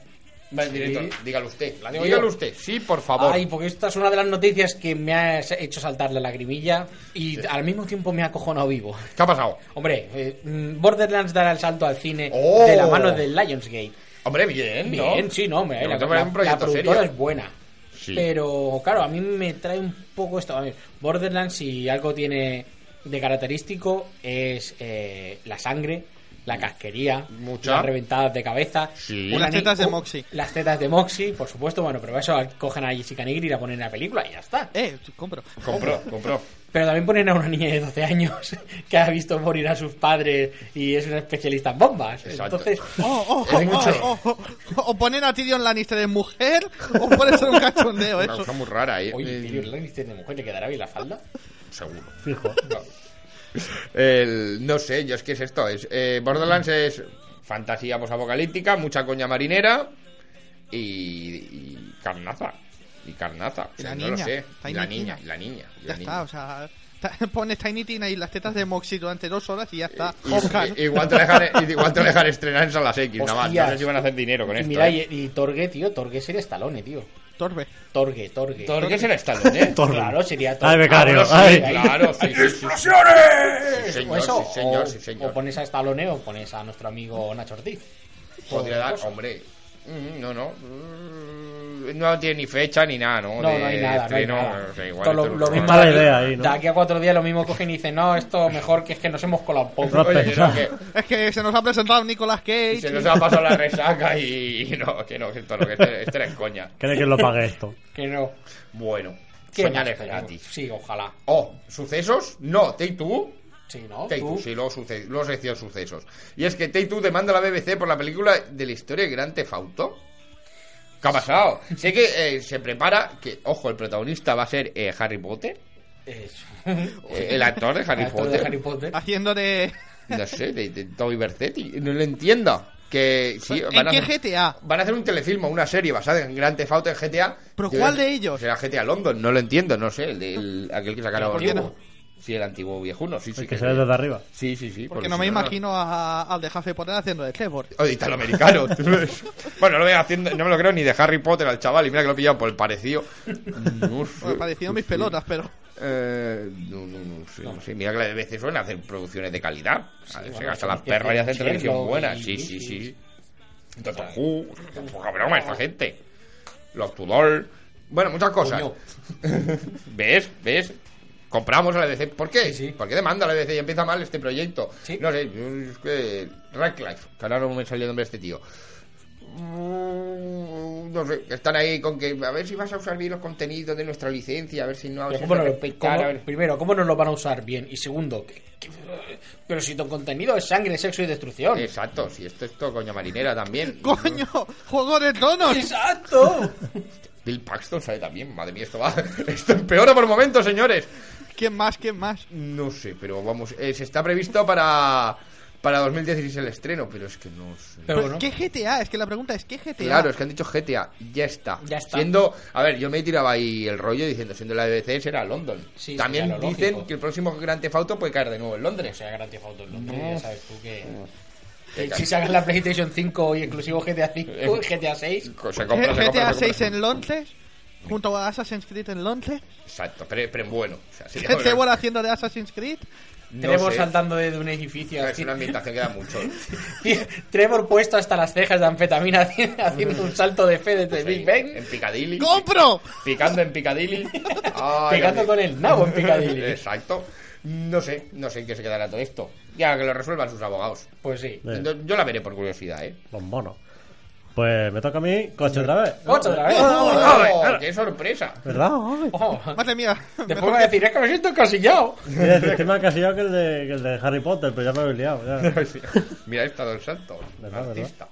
Speaker 3: Va en
Speaker 2: Sí.
Speaker 3: directo, dígalo usted,
Speaker 2: La digo
Speaker 3: dígalo
Speaker 2: yo.
Speaker 3: usted, sí, por favor.
Speaker 2: Ay, porque esta es una de las noticias que me ha hecho saltar la lagrimilla y al mismo tiempo me ha acojonado vivo.
Speaker 3: ¿Qué ha pasado?
Speaker 2: Hombre, eh, mm, Borderlands dará el salto al cine
Speaker 3: Oh.
Speaker 2: de la mano del Lionsgate.
Speaker 3: Hombre, bien, ¿no?
Speaker 2: Bien, sí, no, hombre,
Speaker 3: Pero
Speaker 2: la,
Speaker 3: te ponen
Speaker 2: la-
Speaker 3: un proyecto
Speaker 2: la productora
Speaker 3: serio.
Speaker 2: es buena.
Speaker 3: Sí.
Speaker 2: Pero, claro, a mí me trae un poco esto. A ver, Borderlands, si algo tiene de característico, es eh, la sangre, la casquería,
Speaker 3: Mucha.
Speaker 2: las reventadas de cabeza.
Speaker 3: Sí.
Speaker 2: una
Speaker 4: Las
Speaker 2: ni-
Speaker 4: tetas de
Speaker 2: u-
Speaker 4: Moxie.
Speaker 2: Las tetas de Moxie, por supuesto, bueno, pero eso cogen a Jessica Nigri y la ponen en la película y ya está.
Speaker 4: eh, compro.
Speaker 3: Compró, compró.
Speaker 2: Pero también ponen a una niña de 12 años que ha visto morir a sus padres y es una especialista en bombas.
Speaker 3: Exacto.
Speaker 2: Entonces,
Speaker 4: Oh, oh,
Speaker 3: Hay
Speaker 4: oh,
Speaker 3: mucho.
Speaker 4: oh, oh, oh. O ponen a Tyrion Lannister de mujer, o puede ser un cachondeo
Speaker 3: Una
Speaker 4: eso.
Speaker 3: cosa muy rara, ¿eh?
Speaker 2: oye,
Speaker 3: Eh,
Speaker 2: Tyrion Lannister de mujer, ¿le quedará bien la falda?
Speaker 3: Seguro.
Speaker 5: Fijo.
Speaker 3: El- no sé, yo es que es esto. Es, eh, Borderlands es fantasía apocalíptica, mucha coña marinera y, y carnaza. Y carnaza. O sea,
Speaker 4: La
Speaker 3: no lo
Speaker 4: niña,
Speaker 3: sé.
Speaker 4: Tiny
Speaker 3: Y la
Speaker 4: Tina.
Speaker 3: niña, y la niña. y
Speaker 4: Ya
Speaker 3: la
Speaker 4: está, o sea, ta- pones Tiny Tina y las tetas de Moxie durante dos horas y ya está.
Speaker 3: niña.
Speaker 4: Oscar.
Speaker 3: Y- y- igual, te dejan, y- igual te dejan estrenar en salas X, nada más. No sé
Speaker 2: Hostias.
Speaker 3: si van a hacer dinero con
Speaker 2: Y
Speaker 3: esto.
Speaker 2: mira,
Speaker 3: ¿eh?
Speaker 2: y, y Torgue, tío, Torgue sería Stallone, tío.
Speaker 4: Torbe.
Speaker 2: Torgue, Torgue.
Speaker 3: ¿Por qué será Stallone, eh?
Speaker 5: Torbe.
Speaker 2: Claro, sería
Speaker 5: Ay,
Speaker 2: Torgue.
Speaker 5: becario.
Speaker 3: sí,
Speaker 5: Ay.
Speaker 3: claro, sí, sí, sí, sí. Sí,
Speaker 2: O
Speaker 3: señor,
Speaker 2: eso,
Speaker 3: sí, señor,
Speaker 2: o,
Speaker 3: sí, señor.
Speaker 2: o pones a Stallone o pones a nuestro amigo Nacho Ortiz.
Speaker 3: Podría dar, hombre. Mm, No, no. Mm, No tiene ni fecha ni nada, ¿no?
Speaker 2: No,
Speaker 3: De
Speaker 2: no hay nada, no hay
Speaker 3: estreno,
Speaker 2: nada.
Speaker 3: o sea, igual
Speaker 2: Esto lo-
Speaker 3: esto es
Speaker 2: lo
Speaker 3: un
Speaker 2: mismo
Speaker 3: horror.
Speaker 5: Mala idea ahí,
Speaker 2: De
Speaker 5: ¿no?
Speaker 2: aquí a cuatro días lo mismo cogen y dicen, no, esto mejor que es que nos hemos colado un poco.
Speaker 5: Oye,
Speaker 3: Oye, que no, que-
Speaker 4: Es que se nos ha presentado Nicolas Cage.
Speaker 3: Y se nos ha pasado la resaca y, y no, que no, que esto, no, que este, este era en coña.
Speaker 5: ¿Cree que lo pague esto?
Speaker 2: Que no.
Speaker 3: Bueno,
Speaker 2: ¿Qué
Speaker 3: soñar
Speaker 2: más
Speaker 3: es
Speaker 2: queremos?
Speaker 3: gratis.
Speaker 2: Sí, ojalá.
Speaker 3: Oh, ¿sucesos? No, Take Two.
Speaker 2: Sí,
Speaker 4: Oh,
Speaker 2: ¿no?
Speaker 3: Take Two,
Speaker 2: Tú.
Speaker 3: sí, luego, suce- luego sección sucesos. Y es que Take Two demanda a la BBC por la película de la historia de Gran Tefauto. ¿Qué ha pasado? sé que eh, se prepara, que, ojo, el protagonista va a ser eh, Harry Potter,
Speaker 2: Eso.
Speaker 3: eh, el actor de Harry
Speaker 2: Actor
Speaker 3: Potter.
Speaker 2: de Harry Potter.
Speaker 4: Haciendo de.
Speaker 3: No sé, de, de Toby Bercetti, no lo entiendo. Que sí,
Speaker 4: Pues, ¿En
Speaker 3: van a
Speaker 4: qué
Speaker 3: hacer-
Speaker 4: GTA?
Speaker 3: Van a hacer un telefilm o una serie basada en Grand Theft Auto en GTA.
Speaker 4: ¿Pero
Speaker 3: Yo-
Speaker 4: cuál de ellos?
Speaker 3: Será GTA London, no lo entiendo, no sé, el, de- el- aquel que sacaron.
Speaker 4: ¿Por qué no?
Speaker 3: Sí, el antiguo viejuno, sí, sí.
Speaker 5: El Pues que
Speaker 3: que-
Speaker 5: se ve desde arriba.
Speaker 3: Sí, sí, sí.
Speaker 4: Porque no me
Speaker 3: si
Speaker 4: imagino a- al de Hufflepuff haciendo de Trevor.
Speaker 3: O de Oh, italoamericano. tú ves. bueno, no, lo voy haciendo, no me lo creo ni de Harry Potter al chaval, y mira que lo he pillado por el parecido. No sé.
Speaker 4: Bueno, parecido
Speaker 3: pues
Speaker 4: mis pelotas, pero.
Speaker 3: Eh, no, no, no sé, no sé. Mira que la BBC suelen hacer producciones de calidad. se
Speaker 2: bueno,
Speaker 3: gastan las
Speaker 2: sí,
Speaker 3: perras y hacen
Speaker 2: Sherlock
Speaker 3: televisión
Speaker 2: y-
Speaker 3: buena. Sí, sí,
Speaker 2: sí,
Speaker 3: sí.
Speaker 2: sí.
Speaker 3: Doctor Who, poca broma esta gente. Los Tudor. Bueno, muchas cosas.
Speaker 2: Coño.
Speaker 3: ¿Ves? ¿Ves? Compramos a la BBC. ¿Por qué?
Speaker 2: Sí, sí.
Speaker 3: ¿Por qué demanda la BBC y empieza mal este proyecto?
Speaker 2: Sí.
Speaker 3: No sé, yo es que. Radcliffe, que ahora no me salió el nombre de este tío. Mm, No sé, están ahí con que a ver si vas a usar bien los contenidos de nuestra licencia, a ver si no, a ver
Speaker 2: Pero
Speaker 3: si
Speaker 2: ¿cómo
Speaker 3: se
Speaker 2: no lo-
Speaker 3: respetar,
Speaker 2: cómo-
Speaker 3: a ver-
Speaker 2: primero, ¿cómo no lo van a usar bien? Y segundo, ¿qué- qué- pero si tu contenido es sangre, sexo y destrucción.
Speaker 3: Exacto, si esto es todo coña marinera también.
Speaker 4: ¡Coño! ¡Juego de tronos!
Speaker 2: ¡Exacto!
Speaker 3: Bill Paxton sabe también, madre mía, esto va. Esto empeora por momentos, señores.
Speaker 4: ¿Quién más? ¿Quién más?
Speaker 3: No sé, pero vamos, eh, se está previsto para. Para 2016 el estreno, pero es que no sé.
Speaker 2: Pero bueno,
Speaker 4: ¿Qué GTA? Es que la pregunta es: ¿qué GTA?
Speaker 3: Claro, es que han dicho GTA, ya está.
Speaker 2: Ya está.
Speaker 3: Siendo, a ver, yo me tiraba ahí el rollo diciendo, siendo la E BBC, será London.
Speaker 2: Sí,
Speaker 3: También
Speaker 2: sería lo
Speaker 3: dicen
Speaker 2: lógico.
Speaker 3: que el próximo Gran Tefauto puede caer de nuevo en
Speaker 2: o
Speaker 3: Londres.
Speaker 2: sea, Grand Theft Auto en Londres, ya sabes tú que... que
Speaker 3: Qué
Speaker 2: si sacan la PlayStation 5 y exclusivo GTA
Speaker 3: Eh.
Speaker 2: 5 y GTA 6,
Speaker 3: Se
Speaker 4: ¿Qué-
Speaker 3: compra, se compra,
Speaker 4: GTA
Speaker 3: se compra.
Speaker 4: 6 en Londres, junto a Assassin's Creed en Londres.
Speaker 3: Exacto, pero, pero bueno. O sea, sería-
Speaker 4: Trevor haciendo de Assassin's Creed.
Speaker 3: no
Speaker 2: Trevor
Speaker 3: sé.
Speaker 2: saltando desde un edificio.
Speaker 3: Es
Speaker 2: así.
Speaker 3: una ambientación que da mucho.
Speaker 2: Trevor puesto hasta las cejas de anfetamina haciendo un salto de fe desde Big Ben,
Speaker 3: En Piccadilly.
Speaker 4: ¡Compro!
Speaker 3: Picando en Picadilly. Eh.
Speaker 2: picando con el nabo en Picadilly.
Speaker 3: Exacto. No sé, no sé en qué se quedará todo esto. Ya que lo resuelvan sus abogados.
Speaker 2: Pues sí.
Speaker 5: Sí.
Speaker 3: Yo- Yo la veré por curiosidad, ¿eh?
Speaker 5: Bombono. Pues me toca a mí coche otra vez.
Speaker 2: ¡Ocho otra vez!
Speaker 3: ¡Oh, ¡Qué sorpresa!
Speaker 5: ¿Verdad? hombre?
Speaker 2: Ojo.
Speaker 4: Madre mía. me
Speaker 2: Después va a decir, es que me siento encasillado.
Speaker 5: Mira, el sistema casi yo que el de, que el de Harry Potter, pero ya me habéis liado. ya.
Speaker 3: Mira esta del santo.
Speaker 5: Verdad,
Speaker 3: Artista.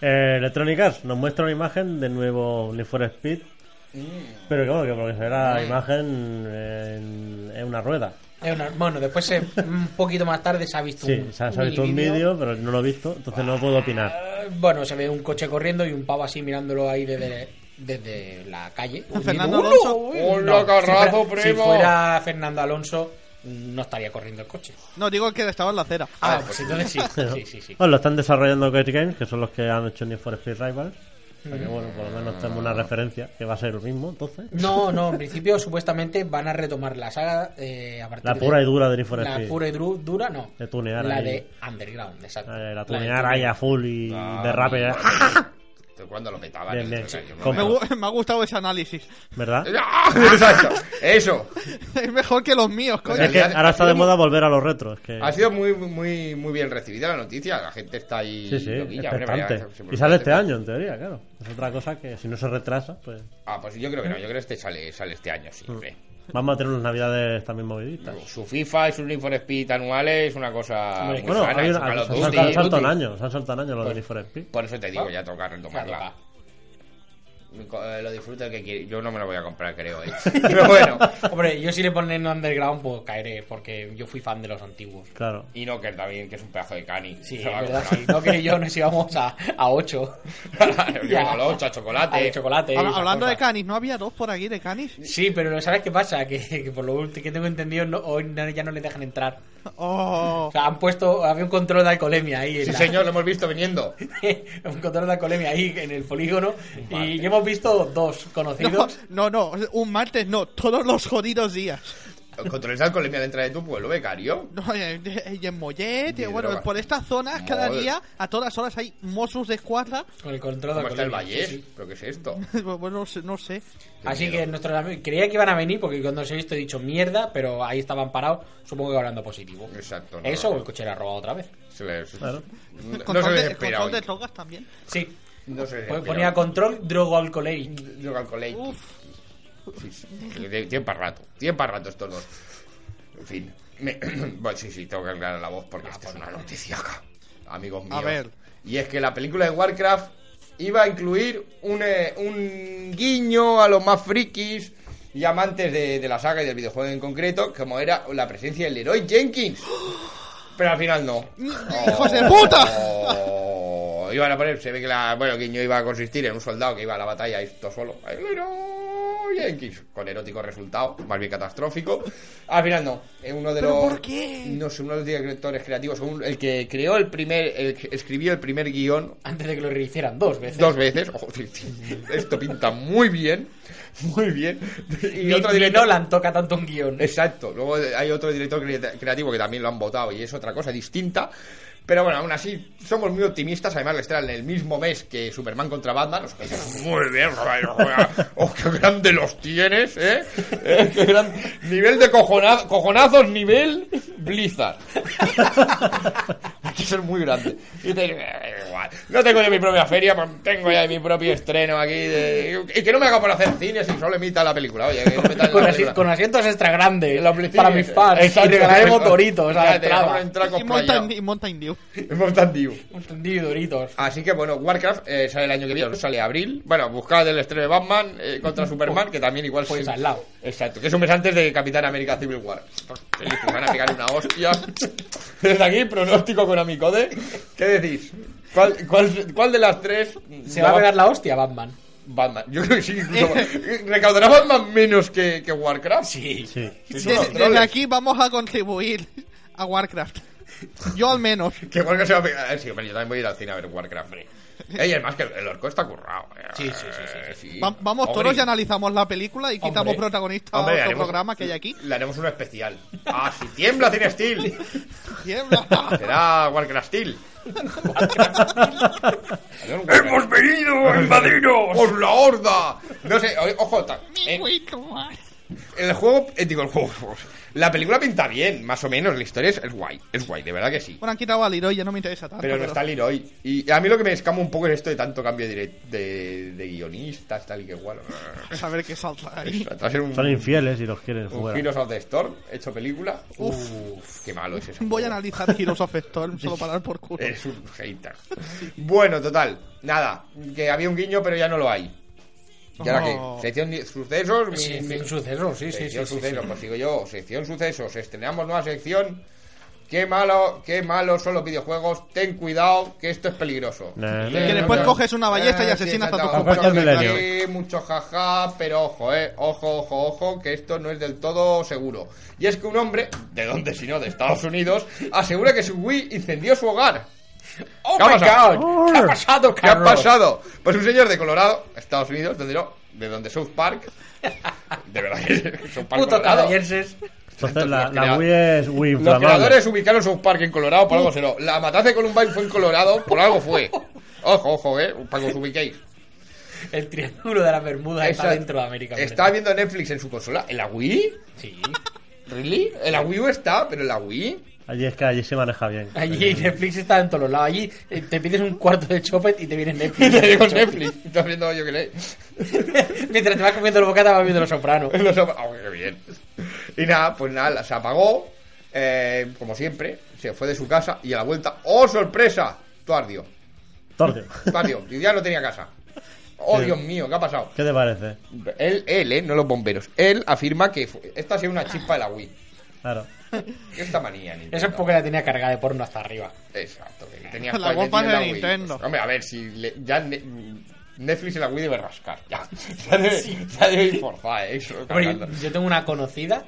Speaker 5: Eh, Electronic Arts nos muestra una imagen del nuevo Need for Speed. Pero que bueno, que porque será la imagen en, en una rueda.
Speaker 2: Es una- Bueno, después se- un poquito más tarde se ha visto
Speaker 5: Sí,
Speaker 2: un,
Speaker 5: se ha se ha visto un
Speaker 2: minivídeo.
Speaker 5: vídeo, pero no lo he visto, entonces no puedo opinar.
Speaker 2: Eh, Bueno, se ve un coche corriendo y un pavo así mirándolo ahí desde, desde la calle.
Speaker 4: ¿A Fernando
Speaker 2: ¡Hola!
Speaker 4: Alonso?
Speaker 3: ¡Hola, carrazo,
Speaker 2: si fuera,
Speaker 3: primo!
Speaker 2: Si fuera Fernando Alonso, no estaría corriendo el coche.
Speaker 4: No, digo que estaba en la acera.
Speaker 2: Ah, pues entonces sí. Sí, sí, sí.
Speaker 5: Bueno, lo están desarrollando Great Games, que son los que han hecho Need for Speed Rivals. O sea que bueno, por lo menos tenemos una referencia, que va a ser lo mismo, entonces. Eh,
Speaker 2: No, no, en principio supuestamente van a retomar la saga eh, a partir
Speaker 5: La
Speaker 2: de-
Speaker 5: pura y dura de Need for
Speaker 2: La
Speaker 5: Speed.
Speaker 2: pura y dru- dura, no.
Speaker 5: De tunear
Speaker 2: La
Speaker 5: ahí.
Speaker 2: de Underground, exacto.
Speaker 5: Eh, La
Speaker 2: de
Speaker 5: tunear ahí a full y
Speaker 3: Ah,
Speaker 5: derrape. ya.
Speaker 3: Cuando lo petaban.
Speaker 5: ¿eh? Bien, bien.
Speaker 3: O sea, yo
Speaker 5: Como-
Speaker 4: Me, gu- me ha gustado ese análisis.
Speaker 5: ¿Verdad?
Speaker 3: ¡Ah! Exacto. Eso.
Speaker 4: Es mejor que los míos, coño.
Speaker 5: Es que ahora está de moda volver a los retros. Que...
Speaker 3: Ha sido muy, muy, muy bien recibida la noticia. La gente está ahí.
Speaker 5: Sí, sí,
Speaker 3: loquilla, hombre,
Speaker 5: expectante.
Speaker 3: vaya, se- se-
Speaker 5: Y sale este año, en teoría, claro. Es otra cosa que si no se retrasa, pues
Speaker 3: Ah, pues yo creo que no. Yo creo que este sale, sale este año,
Speaker 5: Mm.
Speaker 3: sí. hombre.
Speaker 5: vamos a tener unas navidades también moviditas.
Speaker 3: Su FIFA y sus Need for Speed anuales es una cosa.
Speaker 2: Hombre,
Speaker 3: muy
Speaker 5: Bueno,
Speaker 3: sana,
Speaker 5: hay
Speaker 3: su
Speaker 5: una,
Speaker 3: Call of
Speaker 5: se han
Speaker 3: Duty.
Speaker 5: saltado- se han saltado un Ah. año, se han saltado un año los de Need for Speed.
Speaker 3: Por eso te digo, ya toca retomarla.
Speaker 2: Ya
Speaker 3: Eh, Lo disfruto que quiero. Yo no me lo voy a comprar, creo. ¿eh? Pero bueno.
Speaker 2: Hombre, yo si le ponen Underground, pues caeré, porque yo fui fan de los antiguos.
Speaker 5: Claro.
Speaker 3: Y no, que también, que es un pedazo de cani.
Speaker 2: Sí,
Speaker 3: Se
Speaker 2: es
Speaker 3: va a
Speaker 2: verdad,
Speaker 3: comprar.
Speaker 2: sí. No que yo nos íbamos a, a 8.
Speaker 3: Ya. A los ocho, a chocolate.
Speaker 2: Al chocolate. y
Speaker 4: Habla-
Speaker 2: esas
Speaker 4: Hablando de
Speaker 2: cosas.
Speaker 4: canis, ¿no había dos por aquí de canis?
Speaker 2: Sí, pero ¿sabes qué pasa? Que, que por lo ulti- que tengo entendido, no- hoy no- ya no les dejan entrar.
Speaker 4: Oh.
Speaker 2: O sea, han puesto. Había un control de alcoholemia ahí. en
Speaker 3: Sí,
Speaker 2: la-
Speaker 3: señor, lo hemos visto viniendo.
Speaker 2: un control de alcoholemia ahí en el polígono. Y hemos visto dos
Speaker 4: No,
Speaker 2: conocidos.
Speaker 4: no, no, un martes no, todos los jodidos días.
Speaker 3: Controles alcoholemia de entrada de tu pueblo, becario.
Speaker 4: No, eh, eh, y en Mollet,
Speaker 3: Ni
Speaker 4: eh, bueno,
Speaker 3: drogas.
Speaker 4: por estas zonas cada
Speaker 3: Madre.
Speaker 4: día, a todas horas hay Mossos de escuadra.
Speaker 2: Con el control de
Speaker 3: ¿Cómo está el
Speaker 2: alcoholemia.
Speaker 3: Vallés?
Speaker 2: sí, sí.
Speaker 3: ¿Pero qué es esto?
Speaker 4: bueno, no sé, no sé.
Speaker 2: Así que nuestros amigos. Creía que iban a venir porque cuando los he visto he dicho mierda, pero ahí estaban parados. Supongo que hablando positivo.
Speaker 3: Exacto, no,
Speaker 2: Eso
Speaker 3: no.
Speaker 2: o el coche era robado otra vez.
Speaker 3: Se les-
Speaker 5: Claro.
Speaker 3: No, no se
Speaker 4: Control,
Speaker 3: les
Speaker 4: de,
Speaker 3: espera
Speaker 4: control
Speaker 3: hoy.
Speaker 4: de drogas también.
Speaker 2: Sí.
Speaker 3: No se les
Speaker 2: Pues
Speaker 3: espera
Speaker 2: Ponía
Speaker 3: hoy.
Speaker 2: control drogoalcoholeic.
Speaker 3: Yo calculé.
Speaker 4: Uf.
Speaker 3: Sí, sí. Tien- Tienen para rato. Tienen para rato estos dos. En fin. Me- Bueno, sí, sí, tengo que aclarar la voz
Speaker 4: Ah,
Speaker 3: porque esta es una noticia acá, amigos míos.
Speaker 4: ver.
Speaker 3: Y es que la película de Warcraft iba a incluir un, eh, un guiño a los más frikis y amantes de, de la saga y del videojuego en concreto, como era la presencia del Leroy Jenkins. Pero al final no.
Speaker 4: ¡Hijos de puta!
Speaker 3: Oh, iban a poner, se ve que la, bueno, Guiño iba a consistir en un soldado que iba a la batalla esto solo. Ay, Leroy Jenkins, con erótico resultado, más bien catastrófico. Al final no, es uno de
Speaker 4: ¿Pero
Speaker 3: los
Speaker 4: por qué?
Speaker 3: no sé, uno de los directores creativos, un- el que creó el primer el que escribió el primer guión
Speaker 2: Antes de que lo rehicieran dos veces.
Speaker 3: dos veces. Ojo, sí, sí, esto pinta muy bien, muy bien. Y
Speaker 2: Ni,
Speaker 3: otro
Speaker 2: ni
Speaker 3: director
Speaker 2: Nolan toca tanto un guión.
Speaker 3: Exacto. Luego hay otro director cre- creativo que también lo han votado y es otra cosa distinta. Pero bueno, aún así, somos muy optimistas. Además, le estrenan el mismo mes que Superman contra Batman. Nos dicen, muy bien, joder, joder. ¡Oh, qué grande los tienes, eh! Eh, qué gran- Nivel de cojona- cojonazos, nivel Blizzard. Hay que ser muy grande. Y te digo, "Eh, igual. No tengo yo mi propia feria, pues tengo ya mi propio estreno aquí. de- Y que no me haga por hacer cine si solo emita la película. Oye, que no metan la
Speaker 2: Con, asi-
Speaker 3: película.
Speaker 2: con asientos extra grandes
Speaker 3: Los Blitz-
Speaker 2: para mis fans.
Speaker 3: Exacto.
Speaker 2: Y regalaremos doritos a la
Speaker 3: Ya, te dejamos
Speaker 2: entrada.
Speaker 3: entrar con
Speaker 4: Y Mountain,
Speaker 3: playa.
Speaker 4: y Mountain Dew.
Speaker 3: Mountain Dew.
Speaker 2: Un tendido de doritos.
Speaker 3: Así que bueno, Warcraft eh, sale el año que viene, sale abril. Bueno, buscad el estreno de Batman eh, contra Superman, que también igual
Speaker 2: Pues
Speaker 3: se-
Speaker 2: al lado.
Speaker 3: Exacto, que es un mes antes de Capitán América Civil War. Que les van a pegar una hostia. Desde aquí, pronóstico con Amicode. ¿Qué decís? ¿Cuál, cuál, cuál de las tres
Speaker 2: Se va a pegar la hostia, Batman.
Speaker 3: Batman? Yo creo que sí. incluso- ¿Recaudará Batman menos que, que Warcraft?
Speaker 2: Sí.
Speaker 5: Sí.
Speaker 3: Sí, son
Speaker 4: De-
Speaker 3: unos
Speaker 4: desde
Speaker 3: troles.
Speaker 4: aquí vamos a contribuir a Warcraft. Yo al menos.
Speaker 3: Que Warcraft se va a pegar. eh, Sí, hombre, yo también voy a ir al cine a ver Warcraft. hombre. Eh, y además que el- el orco está currado. eh,
Speaker 2: Sí, sí, sí, sí,
Speaker 4: Va- vamos
Speaker 3: Hombre,
Speaker 4: todos y analizamos la película y quitamos
Speaker 2: Hombre.
Speaker 4: protagonista
Speaker 3: hombre,
Speaker 4: a otro
Speaker 3: haremos-
Speaker 4: programa que hay aquí.
Speaker 3: Le haremos una especial. ¡Ah, si tiembla, tiene Steel!
Speaker 4: Tiembla.
Speaker 3: Será Warcraft Steel. ¡Hemos venido, invadiros! ¡Por la horda! No sé, o- ojo, ta- eh,
Speaker 4: Mi güey, tu madre.
Speaker 3: El juego, eh, digo, el juego. La película pinta bien, más o menos. La historia es, es guay, es guay, de verdad que sí.
Speaker 4: Bueno, han quitado a Leroy, ya no me interesa tanto.
Speaker 3: Pero no está Leroy. Y a mí lo que me escama un poco es esto de tanto cambio de, direct- de, de guionistas, tal y que igual.
Speaker 4: A ver qué salta ahí.
Speaker 3: Va a ser un,
Speaker 5: Son infieles y los quieren
Speaker 3: un
Speaker 5: fuera.
Speaker 3: Heroes of the Storm hecho película. Uf, qué malo es eso.
Speaker 4: Voy a analizar Heroes of Storm solo para dar por culo.
Speaker 3: Eres un hater. Bueno, total. Nada, que había un guiño, pero ya no lo hay. ¿Y ahora
Speaker 4: Oh.
Speaker 3: qué? Sección di- sucesos. mi-
Speaker 2: Sí,
Speaker 3: mi-
Speaker 2: un suceso, sí, sí, sí.
Speaker 3: sección
Speaker 2: sí,
Speaker 3: sucesos,
Speaker 2: sí.
Speaker 3: pues digo yo, sección sucesos. Estrenamos nueva sección. Qué malo, qué malos son los videojuegos. Ten cuidado, que esto es peligroso.
Speaker 5: Nah.
Speaker 3: Eh,
Speaker 4: Que después coges una ballesta y
Speaker 3: sí,
Speaker 4: asesinas a tus
Speaker 3: exacto.
Speaker 5: compañeros.
Speaker 3: Mucho jiji, Mucho jaja, pero ojo, eh. Ojo, ojo, ojo, que esto no es del todo seguro. Y es que un hombre, ¿de dónde sino? De Estados Unidos, asegura que su Wii incendió su hogar.
Speaker 2: ¡Oh,
Speaker 3: ¿Qué ha
Speaker 2: my
Speaker 3: pasado?
Speaker 2: God! ¿Qué ha pasado,
Speaker 3: ¿Qué ha
Speaker 2: Carlos?
Speaker 3: pasado? Pues un señor de Colorado, Estados Unidos, donde no, de donde South Park. De verdad que South Park.
Speaker 2: Puto
Speaker 3: Colorado.
Speaker 2: caballerses.
Speaker 5: Entonces Pues la,
Speaker 3: Los
Speaker 5: la
Speaker 3: crea-
Speaker 5: Wii es Wii
Speaker 3: Los
Speaker 5: inflamable.
Speaker 3: creadores ubicaron South Park en Colorado, por algo
Speaker 2: Uh.
Speaker 3: será. La matanza de Columbine fue en Colorado, por algo fue. Ojo, ojo, eh, para que os ubiquéis.
Speaker 2: El triángulo de la Bermuda está
Speaker 3: Esa-
Speaker 2: dentro de América.
Speaker 3: Está viendo Netflix en su consola. ¿En la Wii?
Speaker 2: Sí.
Speaker 3: ¿Really? En la Wii U está, pero en la Wii.
Speaker 5: Allí es que allí se maneja bien.
Speaker 2: Allí Netflix está en todos los lados. Allí eh, te pides un cuarto de chopet y te viene
Speaker 3: Y
Speaker 2: Netflix.
Speaker 3: te digo Netflix. Estás viendo yo que leí.
Speaker 2: Mientras te vas comiendo el bocata vas viendo los sopranos.
Speaker 3: Los apa- oh, qué bien. Y nada, pues nada, se apagó. eh, como siempre, se fue de su casa y a la vuelta, ¡oh sorpresa! Tuardio.
Speaker 5: Torcio,
Speaker 3: Tuardio. Y ya no tenía casa. ¡Oh Dios mío! ¿Qué ha pasado?
Speaker 5: ¿qué te parece?
Speaker 3: Él, él, eh, no los bomberos. Él afirma que fue- esta ha sido una chispa de la Wii.
Speaker 5: Claro.
Speaker 3: Esta manía, Nintendo.
Speaker 2: Eso es porque la tenía cargada de porno hasta arriba.
Speaker 3: Exacto, que tenía
Speaker 4: La
Speaker 3: Skynet
Speaker 4: guapa
Speaker 3: y
Speaker 4: de
Speaker 3: la Wii.
Speaker 4: Nintendo.
Speaker 3: Hombre, a ver, si le- ya ne- Netflix y la Wii debe rascar. Ya, ya debe, ya debe ir forzada, eh, eso,
Speaker 2: Hombre,
Speaker 3: cargando.
Speaker 2: yo, yo tengo una conocida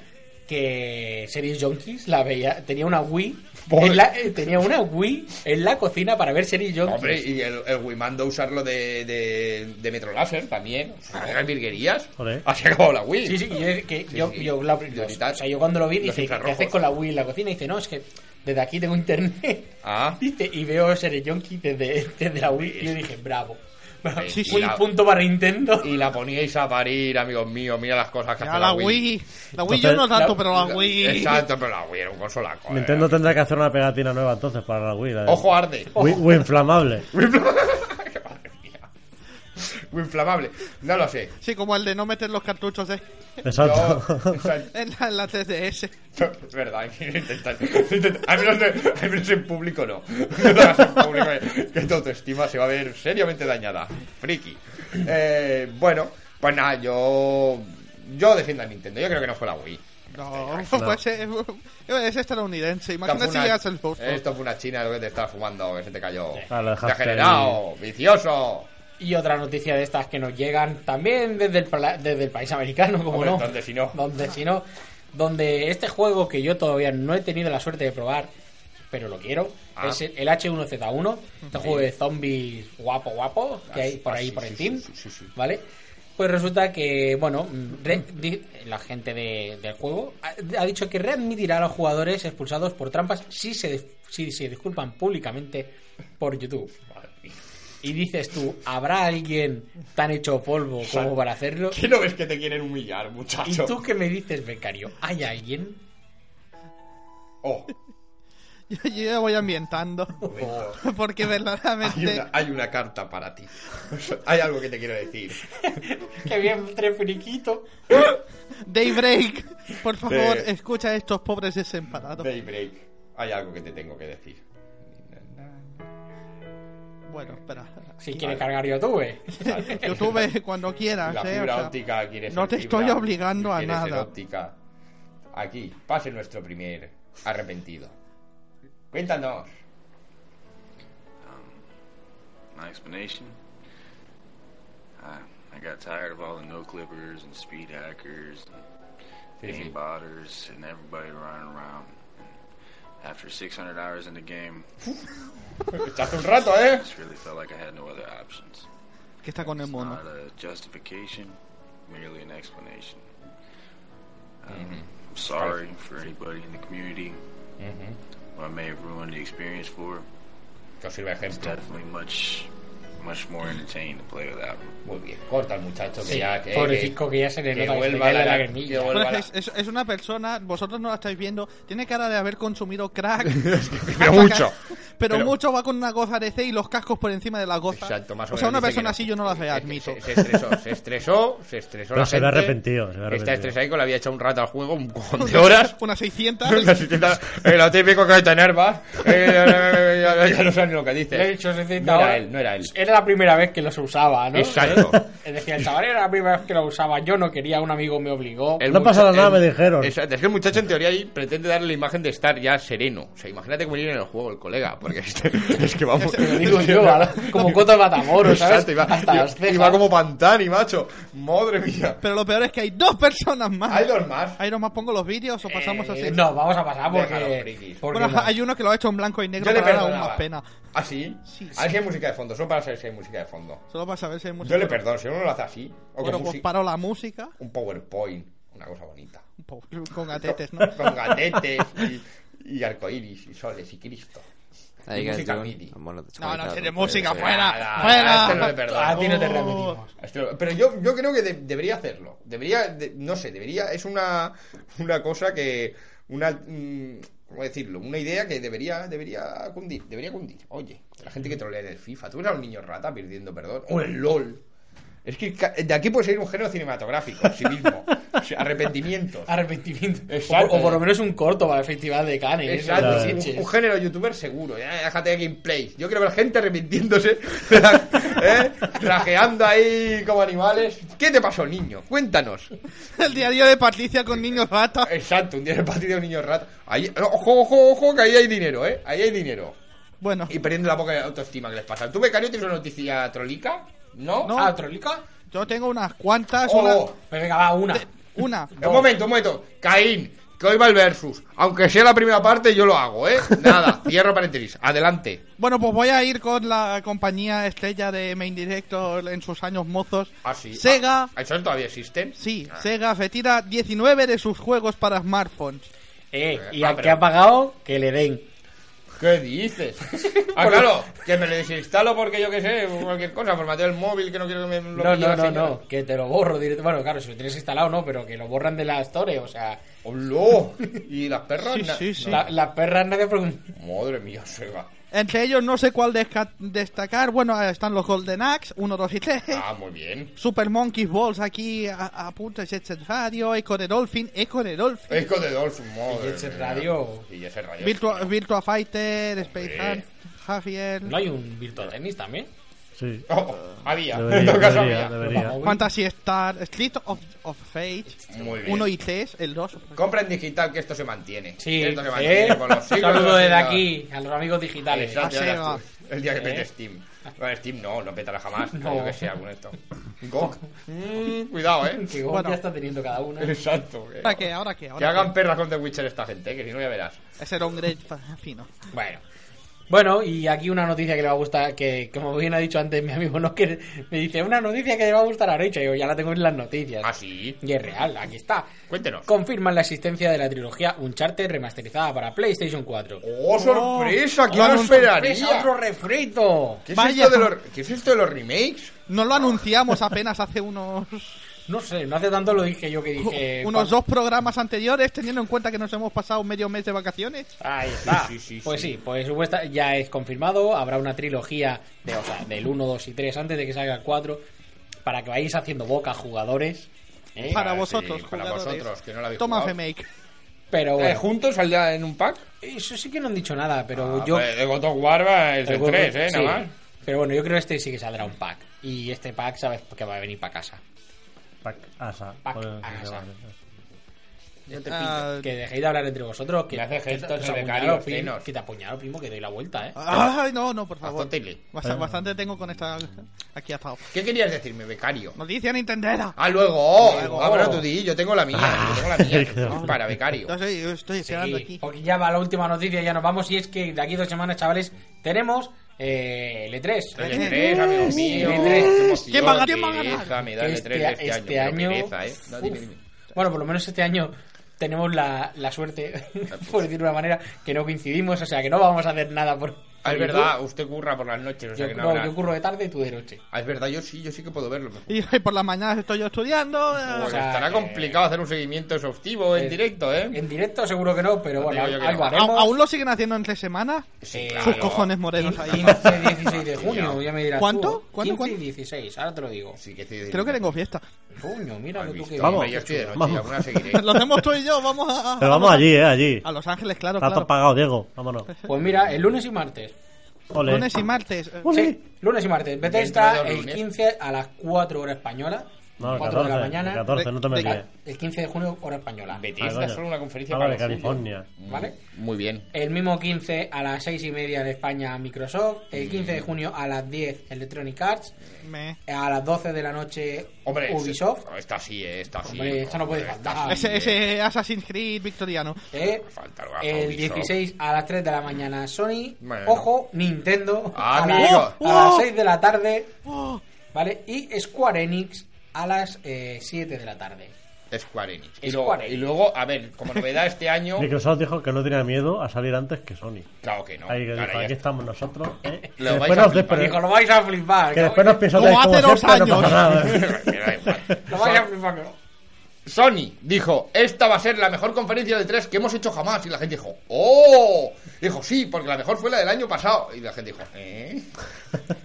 Speaker 2: que series junkies la veía tenía una Wii
Speaker 3: Pobre.
Speaker 2: en la- eh, tenía una Wii en la cocina para ver series junkies
Speaker 3: Hombre, y el, el Wii Mando usarlo de, de, de Metro Láser también. Las virguerías.
Speaker 5: Joder.
Speaker 3: Así acabó la Wii.
Speaker 2: Sí, sí, y yo, que
Speaker 3: Sí,
Speaker 2: yo,
Speaker 3: sí.
Speaker 2: yo, la-
Speaker 3: Y ahorita
Speaker 2: o sea, yo cuando lo vi
Speaker 3: los
Speaker 2: dije, ¿qué
Speaker 3: infrarrojos.
Speaker 2: haces con la Wii en la cocina? Y dice, no, es que desde aquí tengo internet.
Speaker 3: Ah.
Speaker 2: Dice, y veo Series Yonki desde, desde la Wii. Y yo dije, bravo. bravo.
Speaker 3: Sí, sí.
Speaker 2: Wii,
Speaker 3: La-
Speaker 2: punto para Nintendo.
Speaker 3: Y la poníais a parir, amigos míos. Mira las cosas que
Speaker 4: Ya,
Speaker 3: hace
Speaker 4: la Wii. La Wii yo no
Speaker 5: Entonces,
Speaker 4: tanto,
Speaker 2: la-
Speaker 4: pero la Wii.
Speaker 3: Exacto, pero la Wii era un consolaco. eh.
Speaker 5: Nintendo tendrá que hacer una pegatina nueva entonces para la Wii. la de-
Speaker 3: Ojo arde.
Speaker 5: Wii, Wii inflamable.
Speaker 3: Madre mía. Wii inflamable. No lo sé.
Speaker 4: Sí, como el de no meter los cartuchos de-
Speaker 5: Exacto.
Speaker 3: Yo- o sea,
Speaker 4: en, la, en la 3DS.
Speaker 3: No, Es verdad, que intentas- intentas- al menos, de- al menos en público no. No lo hagas en público, eh, que tu autoestima se va a ver seriamente dañada. Friki. Eh, bueno, pues nada, yo. Yo defiendo a Nintendo. Yo creo que no fue la Wii.
Speaker 4: No, pues eh, es, estadounidense.
Speaker 3: Esto fue
Speaker 4: Imagínate si
Speaker 3: una-
Speaker 4: llegas al post.
Speaker 3: Esto fue una china lo que te estaba fumando, que se te cayó.
Speaker 5: Ah, lo dejaste
Speaker 3: Degenerado, vicioso.
Speaker 2: Y otra noticia de estas que nos llegan también desde el, pala- desde el país americano, como
Speaker 3: Hombre,
Speaker 2: no.
Speaker 3: ¿dónde si no?
Speaker 2: Donde si no. Donde este juego que yo todavía no he tenido la suerte de probar, pero lo quiero,
Speaker 3: Ah.
Speaker 2: es el el H1Z1, este juego de zombies guapo, guapo, que hay
Speaker 3: sí,
Speaker 2: por
Speaker 3: ah,
Speaker 2: ahí
Speaker 3: sí,
Speaker 2: por
Speaker 3: sí,
Speaker 2: el
Speaker 3: sí,
Speaker 2: team,
Speaker 3: sí, sí, sí.
Speaker 2: ¿vale? Pues resulta que, bueno, mm, re- di- la gente de- del juego ha, ha dicho que readmitirá a los jugadores expulsados por trampas si se, dis- si se disculpan públicamente por YouTube.
Speaker 3: Madre mía.
Speaker 2: Y dices tú, ¿habrá alguien tan hecho polvo como para hacerlo?
Speaker 3: ¿Qué no ves que te quieren humillar,
Speaker 2: ¿Y
Speaker 3: muchacho?
Speaker 2: tú qué me dices, becario? ¿Hay alguien?
Speaker 3: Oh,
Speaker 4: Yo, yo ya voy ambientando. Porque
Speaker 3: hay
Speaker 4: verdaderamente.
Speaker 3: una, hay una carta para ti. hay algo que te quiero decir.
Speaker 2: ¡Qué bien, tres friquito!
Speaker 4: Daybreak, por favor,
Speaker 3: De-
Speaker 4: escucha a estos pobres desempaраdos.
Speaker 3: Daybreak, hay algo que te tengo que decir.
Speaker 4: Bueno, espera.
Speaker 2: Si quiere cargar eh. YouTube.
Speaker 4: YouTube cuando quieras,
Speaker 3: La
Speaker 4: eh.
Speaker 3: fibra
Speaker 4: o sea,
Speaker 3: óptica quieres
Speaker 4: no
Speaker 3: ser
Speaker 4: te
Speaker 3: fibra,
Speaker 4: estoy obligando a
Speaker 3: quieres ser
Speaker 4: nada.
Speaker 3: óptica. Aquí, pase nuestro primer arrepentido. Cuéntanos.
Speaker 7: My explanation? I, I got tired of all the no clippers and speed hackers and
Speaker 3: Sí, sí.
Speaker 7: game botters and everybody running around. And after 600 hours in the game,
Speaker 3: Echaste un rato, ¿eh?
Speaker 7: I just really felt like I had no other options.
Speaker 4: que está con el
Speaker 7: It's
Speaker 4: mono.
Speaker 7: not a justification, merely an explanation. Um, I'm sorry for anybody in the community who I may have ruined the experience for.
Speaker 3: Que os sirva de
Speaker 7: It's
Speaker 3: ejemplo.
Speaker 7: definitely much much more entertaining to play without him.
Speaker 3: Muy bien, corta al muchacho que
Speaker 2: Sí,
Speaker 3: ya. Que,
Speaker 2: pobre
Speaker 3: que-
Speaker 2: Cisco, que ya se le
Speaker 3: que
Speaker 2: nota que se le
Speaker 3: vuelva
Speaker 2: cae
Speaker 3: la-
Speaker 2: la
Speaker 3: que
Speaker 2: lagrimilla.
Speaker 3: vuelva
Speaker 2: Pero
Speaker 4: Bueno,
Speaker 3: la-
Speaker 4: Pues es, es- es una persona, vosotros no la estáis viendo, tiene cara de haber consumido crack.
Speaker 3: Pero mucho.
Speaker 4: Pero,
Speaker 3: Pero-
Speaker 4: mucho va con una goza de C y los cascos por encima de la goza.
Speaker 3: Exacto, más o,
Speaker 4: sea, una
Speaker 3: menos dice
Speaker 4: persona
Speaker 3: que no.
Speaker 4: así yo no la
Speaker 3: Eh,
Speaker 4: veo, admito.
Speaker 3: Se, se estresó, se estresó, se estresó.
Speaker 5: Pero
Speaker 3: la
Speaker 5: se habrá
Speaker 3: gente.
Speaker 5: arrepentido, se habrá
Speaker 3: Está
Speaker 5: arrepentido.
Speaker 3: estresado ahí que le había echado un rato al juego, un cojón de horas.
Speaker 4: Unas 600.
Speaker 3: Las intentas- eh, lo típico que hay tener, va. Eh, ya- ya, ya- ya no sabes ni lo que dices.
Speaker 2: Le he dicho 60
Speaker 3: no era
Speaker 2: horas.
Speaker 3: él, no era él.
Speaker 2: Era la primera vez que los usaba, ¿no?
Speaker 3: Exacto.
Speaker 2: Es decir, el chaval era la primera vez que lo usaba. Yo no quería, un amigo me obligó.
Speaker 3: El
Speaker 5: No
Speaker 3: mucha-
Speaker 5: pasará nada,
Speaker 3: el-
Speaker 5: me dijeron.
Speaker 3: Exacto, es que el muchacho en teoría ahí pretende darle la imagen de estar ya sereno. O sea, imagínate cómo viene en el juego el colega, porque este- es que vamos.
Speaker 2: Te lo digo yo, ¿no? como Coto de Matamoros, ¿sabes?
Speaker 3: Exacto, iba,
Speaker 2: Hasta
Speaker 3: iba-
Speaker 2: las cejas. Eh,
Speaker 3: iba como Pantani, macho. Madre mía.
Speaker 4: Pero lo peor es que hay dos personas más.
Speaker 3: Hay dos más.
Speaker 4: Ahí nomás pongo los vídeos o pasamos así.
Speaker 2: Eh, no, vamos a pasar
Speaker 3: Déjalo,
Speaker 2: porque.
Speaker 3: frikis.
Speaker 2: porque
Speaker 4: Bueno,
Speaker 2: no.
Speaker 4: hay uno que lo ha hecho en blanco y negro
Speaker 3: Yo le
Speaker 4: para dar aún
Speaker 3: perdonaba.
Speaker 4: más pena.
Speaker 3: ¿Ah, sí?
Speaker 4: Sí,
Speaker 3: A ver si hay música de fondo, solo para saber si hay música de fondo.
Speaker 4: Solo para saber si hay música.
Speaker 3: Yo le perdono, si uno lo hace así. O con
Speaker 4: Bueno, pues
Speaker 3: musi-
Speaker 4: paro la música.
Speaker 3: un PowerPoint, una cosa bonita.
Speaker 4: Un po- Con gatetes, ¿no?
Speaker 3: Con gatetes y, y arcoiris y soles y Cristo.
Speaker 8: Ahí
Speaker 3: Y
Speaker 8: que
Speaker 3: música
Speaker 8: yo-
Speaker 3: MIDI.
Speaker 8: Bueno,
Speaker 4: No, no
Speaker 8: desconectado,
Speaker 4: tiene
Speaker 8: puede
Speaker 4: música,
Speaker 8: ser.
Speaker 4: fuera,
Speaker 3: eh, A este no le
Speaker 4: fuera.
Speaker 3: perdono.
Speaker 2: A ti no te repetimos.
Speaker 3: A este no- Pero yo, yo creo que de- debería hacerlo. Debería, de- no sé, debería. Es una, una cosa que. Una. mm, ¿Cómo decirlo? Una idea que debería, debería cundir. Debería cundir. Oye, la gente que trolea en el FIFA. Tú eras un niño rata pidiendo perdón. O el LOL. Es que ca- de aquí puede salir un género cinematográfico en sí mismo. O sea, arrepentimientos.
Speaker 2: Arrepentimiento.
Speaker 3: Exacto.
Speaker 2: O, por- o por lo menos un corto para el Festival de Cannes. ¿eh?
Speaker 3: Exacto,
Speaker 2: ¿no?
Speaker 3: sí,
Speaker 2: Sitges.
Speaker 3: un, un género youtuber seguro. Ya, déjate de gameplays. Yo creo que la gente arrepintiéndose, ¿eh? rajeando ahí como animales. ¿Qué te pasó, niño? Cuéntanos.
Speaker 4: El diario de Patricia con niños
Speaker 3: Eh,
Speaker 4: ratas.
Speaker 3: Exacto, un día en el patio de un niño rata. Ahí, ojo, ojo, ojo, que ahí hay dinero, ¿eh? Ahí hay dinero.
Speaker 4: Bueno,
Speaker 3: Y perdiendo la poca autoestima que les pasa. ¿Tú, becario, tienes una noticia trolica? ¿No?
Speaker 4: No.
Speaker 2: Ah, ¿Trolica?
Speaker 4: yo tengo unas cuantas.
Speaker 3: Oh,
Speaker 4: una-
Speaker 2: Pues venga, va, una.
Speaker 4: Una.
Speaker 3: Un momento, un momento. Caín, que hoy va el versus. Aunque sea la primera parte, yo lo hago, ¿eh? Nada, cierro paréntesis. Adelante.
Speaker 4: Bueno, pues voy a ir con la compañía estrella de Main Director en sus años mozos.
Speaker 3: Ah, sí.
Speaker 4: Sega.
Speaker 3: Ah, ¿Eso todavía existen?
Speaker 4: Sí,
Speaker 3: Ah.
Speaker 4: Sega retira 19 de sus juegos para smartphones.
Speaker 2: Eh, y
Speaker 3: Ah,
Speaker 2: al que
Speaker 3: pero-
Speaker 2: ha pagado, que le den.
Speaker 3: ¿Qué dices? Ah, claro, que me lo desinstalo porque yo qué sé, cualquier cosa, formateo el móvil que no quiero que me lo
Speaker 2: No,
Speaker 3: pille la
Speaker 2: no, no,
Speaker 3: señora.
Speaker 2: no, que te lo borro directo. Bueno, claro, si lo tienes instalado, no, pero que lo borran de la Store, o sea.
Speaker 3: ¡Hola! ¿Y las perras?
Speaker 4: Sí,
Speaker 3: Na-
Speaker 4: sí, sí.
Speaker 2: la- Las perras nadie pregunta.
Speaker 3: Madre mía, Sega.
Speaker 4: Entre ellos no sé cuál desca- destacar. Bueno, eh, están los Golden Axe, 1, 2 y 3.
Speaker 3: Ah, muy bien.
Speaker 4: Super Monkey Balls aquí a, a punto de Jet Set Radio, Echo the Dolphin, Echo the Dolphin,
Speaker 3: Echo de Dolphin, madre
Speaker 2: Y ese
Speaker 3: mía.
Speaker 2: radio.
Speaker 3: Y ese radio.
Speaker 4: Virtua, Virtua Fighter, Space
Speaker 3: eh. Hombre.
Speaker 4: Hunt, Javier,
Speaker 2: ¿No hay un Virtual Tennis también?
Speaker 5: Sí.
Speaker 3: Oh, había, en
Speaker 5: Debería,
Speaker 3: todo caso
Speaker 5: debería,
Speaker 3: había.
Speaker 5: debería.
Speaker 2: Uy.
Speaker 4: Fantasy Star, Street of, of Fate,
Speaker 3: Muy bien.
Speaker 4: 1 y 3, el 2.
Speaker 3: Compra en digital que esto se mantiene.
Speaker 2: Sí.
Speaker 3: Esto se
Speaker 2: ¿eh?
Speaker 3: mantiene por los
Speaker 2: Un
Speaker 3: siglos. de
Speaker 2: saludo
Speaker 3: los
Speaker 2: desde
Speaker 3: siglos.
Speaker 2: aquí a los amigos digitales.
Speaker 3: Exacto,
Speaker 4: Ah,
Speaker 3: ya verás
Speaker 4: Sega.
Speaker 3: tú. El día que pete Steam. Bueno, Steam no, no petará jamás.
Speaker 2: Eh. No.
Speaker 3: Yo que sé, algún esto. Gok. Mm, cuidado, eh.
Speaker 2: Que bueno.
Speaker 4: Bueno.
Speaker 2: ya está teniendo cada una.
Speaker 3: Exacto. que-
Speaker 2: Ah,
Speaker 4: ¿Ahora qué? ¿Ahora qué?
Speaker 3: Que
Speaker 4: ¿Ahora
Speaker 3: hagan
Speaker 4: qué?
Speaker 3: perras con The Witcher esta gente, eh, que si no ya verás.
Speaker 4: Ese era un great fa- fino.
Speaker 2: Bueno. Bueno, y aquí una noticia que le va a gustar, que como bien ha dicho antes mi amigo, no que me dice una noticia que le va a gustar ahora. Y yo ya la tengo en las noticias.
Speaker 3: Ah, Así.
Speaker 2: Y es real, aquí está.
Speaker 3: Cuéntenos.
Speaker 2: Confirman la existencia de la trilogía Uncharted remasterizada para PlayStation 4.
Speaker 3: ¡Oh, sorpresa! ¿Quién
Speaker 2: Otra
Speaker 3: lo
Speaker 2: sorpresa, otro
Speaker 3: esperaría?
Speaker 2: refrito!
Speaker 3: ¿Qué es,
Speaker 4: Vaya.
Speaker 3: esto de los, ¿Qué es esto de los remakes?
Speaker 4: No lo anunciamos apenas hace unos
Speaker 2: No sé, no hace tanto lo dije yo que dije...
Speaker 4: unos
Speaker 2: pa-
Speaker 4: dos programas anteriores, teniendo en cuenta que nos hemos pasado medio mes de vacaciones.
Speaker 2: Ahí está.
Speaker 3: Sí, sí, sí,
Speaker 2: pues
Speaker 3: sí.
Speaker 2: sí, pues supuesta- ya es confirmado, habrá una trilogía de, o sea, del 1, 2 y 3 antes de que salga el 4, para que vayáis haciendo boca jugadores. ¿eh?
Speaker 4: Para
Speaker 3: Ah, sí,
Speaker 4: vosotros,
Speaker 3: para
Speaker 4: jugadores.
Speaker 3: vosotros, que no la habéis
Speaker 4: Toma
Speaker 3: jugado.
Speaker 4: remake.
Speaker 2: Pero bueno,
Speaker 3: Eh, ¿Juntos saldrá en un pack?
Speaker 2: eso sí que no han dicho nada, pero
Speaker 3: Ah,
Speaker 2: yo...
Speaker 3: pues, de God of War va es el
Speaker 2: Algo-
Speaker 3: 3, ¿eh?
Speaker 2: sí.
Speaker 3: Nada más.
Speaker 2: Pero bueno, yo creo que este sí que saldrá un pack. Y este pack sabes que va a venir para casa.
Speaker 5: Pac Asa.
Speaker 2: Pac
Speaker 5: Joder,
Speaker 2: Asa.
Speaker 5: se llama.
Speaker 4: Ah,
Speaker 2: Que dejéis de hablar entre vosotros. Que
Speaker 3: Me hace gestos
Speaker 2: que
Speaker 3: el
Speaker 2: te
Speaker 3: becario,
Speaker 2: apuñalo, prim,
Speaker 3: senos.
Speaker 2: Que te apuñalo, primo, que doy la vuelta, ¿eh?
Speaker 4: Ah, Ay, no, no, por favor.
Speaker 3: Azótele.
Speaker 4: Bast- Bastante tengo con esta aquí atado.
Speaker 3: ¿Qué querías decirme, becario?
Speaker 4: Noticia Nintendera.
Speaker 3: Ah, luego.
Speaker 4: Luego.
Speaker 3: Ah, bueno, tú di, yo tengo la mía. Yo tengo la mía. Para, becario.
Speaker 4: Yo sé, yo estoy esperando
Speaker 2: Sí,
Speaker 4: aquí.
Speaker 2: Porque ya va la última noticia, ya nos vamos. Y es que de aquí a dos semanas, chavales, tenemos eh, el E3.
Speaker 3: El 3, amigo mío.
Speaker 2: El E3.
Speaker 4: ¿Quién va a ganar? ¿Quién va a ganar?
Speaker 3: Pereza, me da el
Speaker 2: Este-
Speaker 3: E3 de este,
Speaker 2: este
Speaker 3: año. pero
Speaker 2: año-
Speaker 3: pereza, ¿eh? No, dime, dime.
Speaker 2: Bueno, por lo menos este año tenemos la, la suerte, por decirlo de una manera, que no coincidimos, o sea que no vamos a hacer nada por.
Speaker 3: Ah,
Speaker 2: por
Speaker 3: es verdad, usted curra por las noches, o sea
Speaker 2: Yo,
Speaker 3: que no
Speaker 2: no,
Speaker 3: habrá-
Speaker 2: yo curro de tarde y tú de noche.
Speaker 3: Ah, es verdad, yo sí, yo sí que puedo verlo.
Speaker 4: Y hoy por las mañanas estoy yo estudiando. eh,
Speaker 3: Pues
Speaker 2: O sea,
Speaker 3: estará
Speaker 2: que-
Speaker 3: complicado hacer un seguimiento exhaustivo en
Speaker 2: Eh,
Speaker 3: directo, ¿eh?
Speaker 2: En directo seguro que no, pero
Speaker 3: No
Speaker 2: bueno,
Speaker 3: digo yo que
Speaker 2: algo
Speaker 3: no.
Speaker 4: ¿au-
Speaker 2: haremos.
Speaker 4: ¿Aún lo siguen haciendo entre semanas?
Speaker 2: Eh,
Speaker 3: claro.
Speaker 4: Sus cojones morenos ahí.
Speaker 2: 15, 16 de junio,
Speaker 3: Tío.
Speaker 2: ya me dirás
Speaker 4: ¿Cuánto?
Speaker 2: tú.
Speaker 4: ¿Cuánto,
Speaker 2: 15
Speaker 4: cuánto?
Speaker 2: y 16, ahora te lo digo.
Speaker 3: Sí que estoy-
Speaker 4: Creo que tengo fiesta.
Speaker 2: Coño, mira
Speaker 3: Has
Speaker 2: lo tú
Speaker 3: visto,
Speaker 2: que...
Speaker 5: Vamos.
Speaker 3: hombre, yo estoy de noche,
Speaker 5: Vamos.
Speaker 3: alguna seguiré.
Speaker 4: Lo hacemos tú y yo, vamos a.
Speaker 5: Pero vamos allí, eh, allí.
Speaker 4: A Los Ángeles, claro,
Speaker 5: Está
Speaker 4: claro.
Speaker 5: todo pagado, Diego. Vámonos.
Speaker 2: Pues mira, el lunes y martes.
Speaker 5: Ole.
Speaker 4: Lunes y martes. eh,
Speaker 5: Ole.
Speaker 2: Sí, lunes y martes.
Speaker 3: Dentro
Speaker 2: Bethesda
Speaker 3: de dos
Speaker 2: el
Speaker 3: lunes.
Speaker 2: 15 a las 4 horas española.
Speaker 5: No, el
Speaker 2: 4 de la
Speaker 5: 14,
Speaker 2: mañana.
Speaker 5: el 14, no te me
Speaker 4: de-
Speaker 5: líes.
Speaker 2: El 15 de junio, hora española.
Speaker 5: Ah,
Speaker 3: Bethesda
Speaker 5: coño.
Speaker 3: es solo una conferencia
Speaker 5: Ah,
Speaker 3: para
Speaker 5: vale,
Speaker 3: los suyos.
Speaker 5: California.
Speaker 2: ¿Vale?
Speaker 3: Muy bien.
Speaker 2: El mismo 15 a las 6 y media de España Microsoft. El 15 de junio a las 10 Electronic Arts.
Speaker 4: me-
Speaker 2: A las 12 de la noche
Speaker 3: Hombre,
Speaker 2: Ubisoft.
Speaker 3: ese- Está así, eh, está así.
Speaker 2: Hombre, esto no puede
Speaker 3: Hombre,
Speaker 2: faltar.
Speaker 3: está así,
Speaker 4: Ese,
Speaker 3: eh.
Speaker 4: ese Assassin's Creed victoriano.
Speaker 2: ¿eh?
Speaker 3: Falta algo a
Speaker 2: El
Speaker 3: Ubisoft.
Speaker 2: 16 a las 3 de la mañana Sony.
Speaker 3: Bueno. Ah,
Speaker 2: Ojo, Nintendo. a,
Speaker 3: Amigo.
Speaker 2: las- a las
Speaker 4: ¡Oh!
Speaker 2: 6 de la tarde.
Speaker 4: Oh,
Speaker 2: ¿Vale? Y Square Enix a las eh, 7 de la tarde.
Speaker 3: Square Enix. Y,
Speaker 2: Square
Speaker 3: luego,
Speaker 2: Enix.
Speaker 3: y luego, a ver, como novedad este año.
Speaker 5: Microsoft dijo que no tenía miedo a salir antes que Sony.
Speaker 3: Claro que no.
Speaker 5: Ahí que
Speaker 3: Ahora
Speaker 5: dijo,
Speaker 3: ya
Speaker 5: aquí
Speaker 3: está.
Speaker 5: estamos nosotros. ¿eh?
Speaker 3: Lo vais
Speaker 5: Que después
Speaker 3: a
Speaker 5: nos
Speaker 3: flipar.
Speaker 5: despre-
Speaker 2: Dijo, lo vais a flipar.
Speaker 5: Que
Speaker 2: ¿no?
Speaker 5: después nos pisoteáis
Speaker 4: Como
Speaker 5: como
Speaker 4: hace dos
Speaker 5: siempre, no pasa
Speaker 4: años.
Speaker 5: nada.
Speaker 3: Me da igual.
Speaker 2: Lo vais a flipar. ¿no?
Speaker 3: Sony dijo, esta va a ser la mejor conferencia de tres que hemos hecho jamás. Y la gente dijo, ¡oh! Dijo, sí, porque la mejor fue la del año pasado. Y la gente dijo, ¿eh?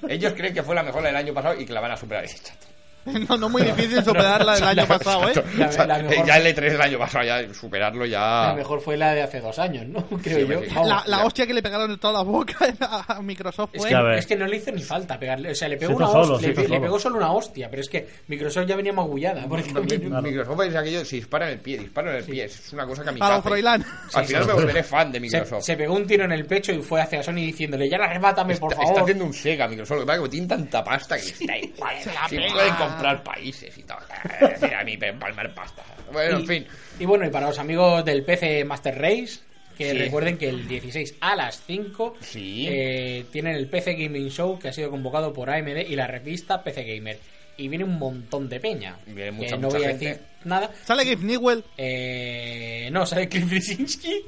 Speaker 3: Ellos creen que fue la mejor la del año pasado y que la van a superar. Exacto.
Speaker 4: No, no muy difícil superarla del año pasado, ¿eh?
Speaker 2: La-
Speaker 3: O sea,
Speaker 2: la mejor-
Speaker 3: Ya el E3 del año pasado, ya superarlo ya...
Speaker 2: La mejor fue la de hace dos años, ¿no? Creo
Speaker 3: Ah. Sí,
Speaker 2: yo.
Speaker 3: sí.
Speaker 2: Vamos.
Speaker 4: La, la hostia que le pegaron en toda la boca a a Microsoft
Speaker 2: Es
Speaker 4: fue.
Speaker 2: que,
Speaker 5: Ya ves.
Speaker 2: es que no le hizo ni falta pegarle. O sea, le pegó,
Speaker 5: Se hizo
Speaker 2: una hostia,
Speaker 5: solo, se
Speaker 2: le,
Speaker 5: hizo
Speaker 2: pe- le
Speaker 5: solo.
Speaker 2: pegó solo una hostia, pero es que Microsoft ya venía magullada. Por el
Speaker 3: Mi-
Speaker 2: camino.
Speaker 3: Microsoft es aquello, si dispara en el pie, dispara en el pie. Es una cosa que a mí
Speaker 4: A lo
Speaker 3: me hace.
Speaker 4: Froilán.
Speaker 3: Al final me volveré fan de
Speaker 2: se,
Speaker 3: Microsoft.
Speaker 2: se pegó un tiro en el pecho y fue hacia Sony diciéndole: Ya arrebátame, por
Speaker 3: está,
Speaker 2: favor.
Speaker 3: está haciendo un Sega Microsoft. Lo que pasa es que tienen tanta pasta que está igual. Si pueden comprar países y todo. Es decir, a mí pe- palmar pasta. Bueno,
Speaker 2: Y-
Speaker 3: en fin.
Speaker 2: Y bueno, y para los amigos del PC Master Race, que
Speaker 3: Sí.
Speaker 2: recuerden que el 16 a las 5
Speaker 3: Sí.
Speaker 2: eh, tienen el PC Gaming Show que ha sido convocado por AMD y la revista PC Gamer. Y viene un montón de peña.
Speaker 3: Viene
Speaker 2: que
Speaker 3: mucha,
Speaker 2: no
Speaker 3: mucha
Speaker 2: voy
Speaker 3: gente.
Speaker 2: a decir nada.
Speaker 4: Sale Gabe Newell.
Speaker 2: Eh, no, sale Cliff Brzezinski.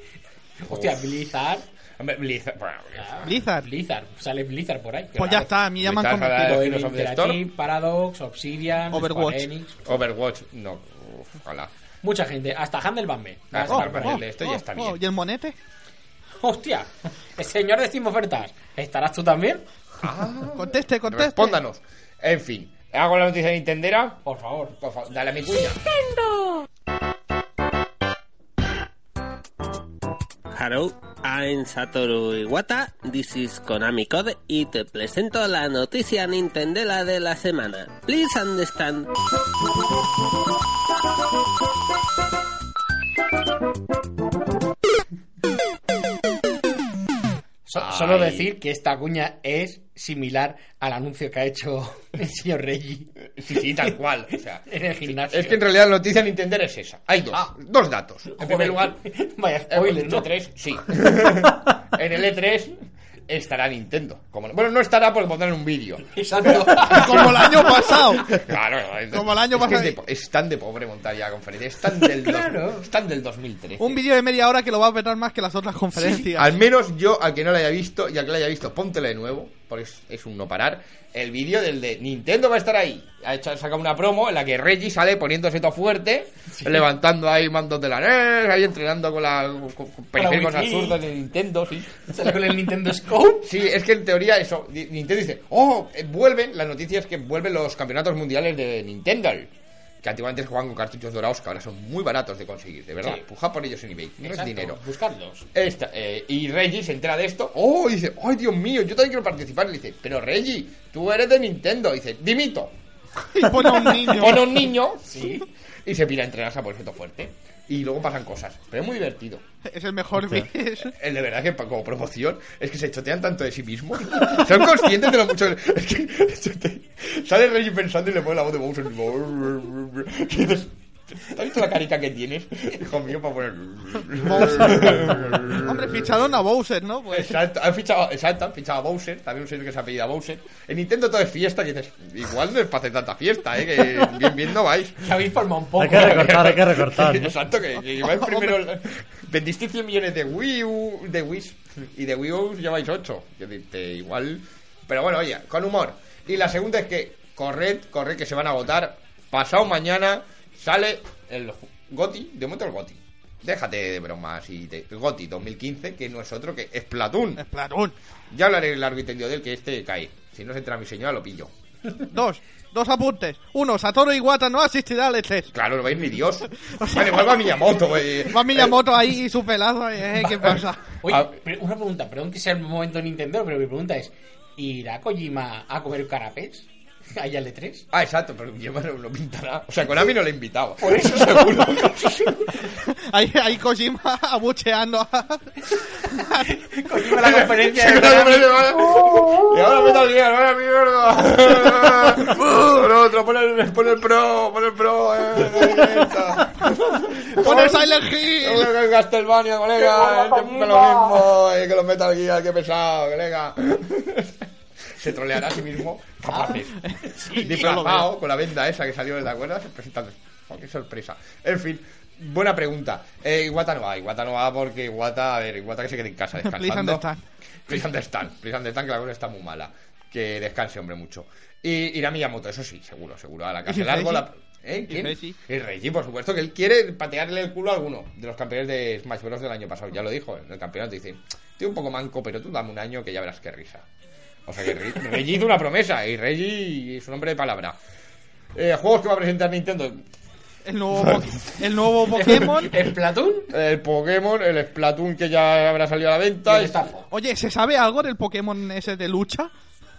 Speaker 2: Hostia, Blizzard. Ah,
Speaker 3: Hombre, Blizzard. Bueno, Blizzard.
Speaker 4: Blizzard.
Speaker 2: Blizzard. Sale Blizzard por ahí.
Speaker 4: Pues ya está, a mí ya me han
Speaker 3: Estás a la-
Speaker 4: convencido.
Speaker 3: de Heroes of the
Speaker 2: Interactive, Paradox, Obsidian,
Speaker 4: Overwatch.
Speaker 2: Square Enix.
Speaker 3: Overwatch, no. Uf, ojalá.
Speaker 2: Mucha gente. Hasta Handelbanme.
Speaker 3: Ah,
Speaker 2: Va a
Speaker 3: oh,
Speaker 2: estar por ahí.
Speaker 3: Marvel, esto ya está bien.
Speaker 4: ¿Y el monete?
Speaker 2: Hostia, el señor de Steam Ofertas, ¿estarás tú también?
Speaker 4: Conteste, conteste.
Speaker 3: Respóndanos. En fin. Hago la noticia de Nintendera.
Speaker 2: Por favor.
Speaker 3: Por favor, dale a mi cuña.
Speaker 8: Hello, I'm Satoru Iwata, this is Konami Code y te presento la noticia Nintendela de la semana. Please understand.
Speaker 2: So-
Speaker 3: Ay.
Speaker 2: solo decir que esta cuña es similar al anuncio que ha hecho el señor Reggie
Speaker 3: Sí, sí, tal cual. O sea,
Speaker 2: en el gimnasio.
Speaker 3: es que en realidad la noticia de Nintendera es esa. Hay dos.
Speaker 2: Ah.
Speaker 3: Dos datos. En
Speaker 2: Joder.
Speaker 3: primer lugar,
Speaker 2: Vaya
Speaker 3: En
Speaker 2: spoiler,
Speaker 3: el
Speaker 2: ¿no?
Speaker 3: E3, Eh, sí. en el E3 estará Nintendo. Como no- Bueno, no estará porque pondrán un vídeo.
Speaker 2: Exacto.
Speaker 4: Como el año pasado.
Speaker 3: Claro, es-
Speaker 4: Como el año
Speaker 3: es que
Speaker 4: pasado.
Speaker 3: Es, de po- es tan de pobre montar ya la conferencia. Es tan del, dos-
Speaker 2: Claro.
Speaker 3: es tan del 2013.
Speaker 4: Un vídeo de media hora que lo va a vetar más que las otras conferencias.
Speaker 3: Al menos yo, al que no la haya visto y al que la haya visto, póntela de nuevo, porque es, es un no parar. El vídeo del de Nintendo va a estar ahí. Ha hecho, ha sacado una promo en la que Reggie sale poniéndose todo fuerte, levantando ahí mandos de la NES, ahí entrenando con, la, con, con periféricos
Speaker 2: Wifi.
Speaker 3: absurdos de Nintendo, sí.
Speaker 2: Sale con el Nintendo Scope.
Speaker 3: Sí, es que en teoría eso, Di- Nintendo dice, oh, eh, vuelven, la noticia es que vuelven los campeonatos mundiales de Nintendo, que antiguamente se jugaban con cartuchos dorados que ahora son muy baratos de conseguir, de verdad,
Speaker 2: Sí.
Speaker 3: pujad por ellos en eBay, no es
Speaker 2: Exacto,
Speaker 3: dinero.
Speaker 2: Buscadlos.
Speaker 3: Esta, eh, y Reggie se entera de esto, oh, y dice, ay Dios mío, yo también quiero participar, le dice, pero Reggie, tú eres de Nintendo, dice, dimito,
Speaker 4: Y pone a un niño.
Speaker 3: pone un niño, sí, y se pira a entrenarse a ponerse todo fuerte, y luego pasan cosas, pero es muy divertido.
Speaker 4: Es el mejor vídeo.
Speaker 3: El de verdad que pa- como promoción es que se chotean tanto de sí mismos. Son conscientes de lo mucho. Es que chote- sale Reggie pensando y le pone la voz de Bowser. Y dices, ¿Has visto la carica que tienes? Hijo mío, para poner.
Speaker 4: Hombre, ficharon a Bowser, ¿no? Pues
Speaker 3: Exacto, han fichado, exacto, han fichado a Bowser, también un señor que se ha pedido a Bowser. En Nintendo todo es fiesta, que dices, igual no es para hacer tanta fiesta, eh, que bien, bien no vais.
Speaker 2: Que habéis palmado un
Speaker 5: Hay que
Speaker 2: poco.
Speaker 5: recortar, hay que recortar. ¿no?
Speaker 3: Exacto, que, que vais primero. Vendiste 100 millones de Wii U, de Wii y de Wii U lleváis 8. Que dice, igual. Pero bueno, oye, con humor. Y la segunda es que corred, corred, que se van a agotar. Pasado mañana sale el Goti, de momento el Goti. Déjate de bromas y de Goti 2015, que no es otro que es Platón.
Speaker 4: Splatoon.
Speaker 3: Ya hablaré largo y tendido del que este cae. Si no se entra mi señora, lo pillo.
Speaker 4: Dos. Dos apuntes. Uno, Satoru Iwata no asistirá al E3.
Speaker 3: Claro, no veis ni Dios. Vale, igual va Miyamoto. Eh.
Speaker 4: Va Miyamoto ahí y su pelazo. eh, ¿Qué pasa?
Speaker 2: Oye,
Speaker 3: Ah.
Speaker 2: pero una pregunta, perdón que sea el momento Nintendo, pero mi pregunta es: ¿irá Kojima a comer canapés? Allá al de 3
Speaker 3: Ah, exacto, pero Miyamoto no pintará. O sea, Konami no le invitaba. Por eso seguro.
Speaker 4: Ahí, ahí Kojima abucheando a...
Speaker 2: Kojima la conferencia de
Speaker 3: Seguro que me lo llevaba. "Oh, Y ahora Metal Gear, vaya mierda. Por otro, pon el, pon el pro, pon el pro. Eh, esta.
Speaker 4: ¡Con el Silent Hill!
Speaker 3: El Castlevania, colega. eh, Siempre lo mismo. eh, que los Metal Gear, qué pesado, colega. Se troleará a sí mismo. Capaces. disfrazado con la venda esa que salió, ¿te acuerdas? Presentando. Oh, ¡Qué sorpresa! En fin, buena pregunta. Eh, Iwata no va, Iwata no va porque Iwata, a ver, Iwata que se quede en casa descansando.
Speaker 4: Please
Speaker 3: Please
Speaker 4: understand.
Speaker 3: understand, please understand que la cosa está muy mala. Que descanse, hombre, mucho. Y irá Miyamoto, eso sí, seguro, seguro. A la casa
Speaker 4: ¿Y
Speaker 3: largo,
Speaker 4: Reggie?
Speaker 3: la... ¿Eh?
Speaker 4: ¿Y
Speaker 3: ¿Quién?
Speaker 4: Reggie?
Speaker 3: Y Reggie, por supuesto, que él quiere patearle el culo a alguno de los campeones de Smash Bros. del año pasado. Ya lo dijo en el campeonato. Dice, estoy un poco manco, pero tú dame un año que ya verás qué risa. O sea que Re- Reggie hizo una promesa y Reggie es un hombre de palabra. Eh, juegos que va a presentar Nintendo.
Speaker 4: El nuevo, po- el nuevo Pokémon.
Speaker 2: ¿El Platón?
Speaker 3: El Pokémon, el Splatoon que ya habrá salido a la venta.
Speaker 2: ¿Dónde está?
Speaker 4: Oye, ¿se sabe algo del Pokémon ese de lucha?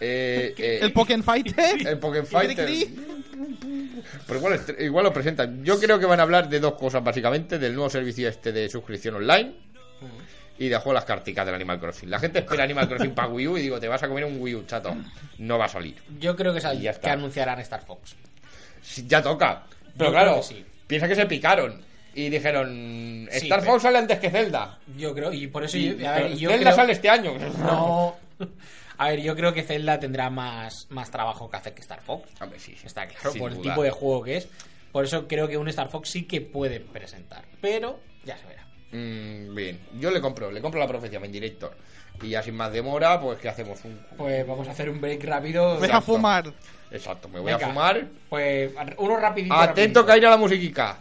Speaker 3: Eh, eh,
Speaker 4: ¿El Pokémon Fighter?
Speaker 3: el Pokémon Fighter.
Speaker 4: Cri, cri.
Speaker 3: Pero igual, est- igual lo presentan. Yo creo que van a hablar de dos cosas, básicamente: del nuevo servicio este de suscripción online y de juego a las carticas del Animal Crossing. La gente espera Animal Crossing para Wii U y digo, te vas a comer un Wii U, chato. No va a salir.
Speaker 2: Yo creo que es ahí
Speaker 3: Ya
Speaker 2: que
Speaker 3: está.
Speaker 2: anunciarán Star Fox.
Speaker 3: Sí, ya toca. Pero
Speaker 2: Yo
Speaker 3: claro,
Speaker 2: creo que sí.
Speaker 3: piensa que se picaron y dijeron:
Speaker 2: Sí,
Speaker 3: Star
Speaker 2: pero-
Speaker 3: Fox sale antes que Zelda.
Speaker 2: Yo creo, y por eso
Speaker 3: Y-
Speaker 2: yo, a ver,
Speaker 3: pero
Speaker 2: yo
Speaker 3: Zelda
Speaker 2: creo-
Speaker 3: sale este año.
Speaker 2: No. A ver, yo creo que Zelda tendrá más, más trabajo que hacer que Star Fox.
Speaker 3: Hombre, sí, sí.
Speaker 2: Está claro,
Speaker 3: Sin
Speaker 2: por el
Speaker 3: duda.
Speaker 2: tipo de juego que es. Por eso creo que un Star Fox sí que puede presentar. Pero ya se verá.
Speaker 3: Mm, bien, yo le compro, le compro la profecía, mi director. Y ya sin más demora, pues que hacemos un.
Speaker 2: Pues vamos a hacer un break rápido.
Speaker 4: Ve a fumar.
Speaker 3: Exacto, me voy
Speaker 2: Venga.
Speaker 3: a fumar.
Speaker 2: Pues uno rapidito.
Speaker 3: Atento
Speaker 2: rapidito.
Speaker 3: que a ir a la musiquica.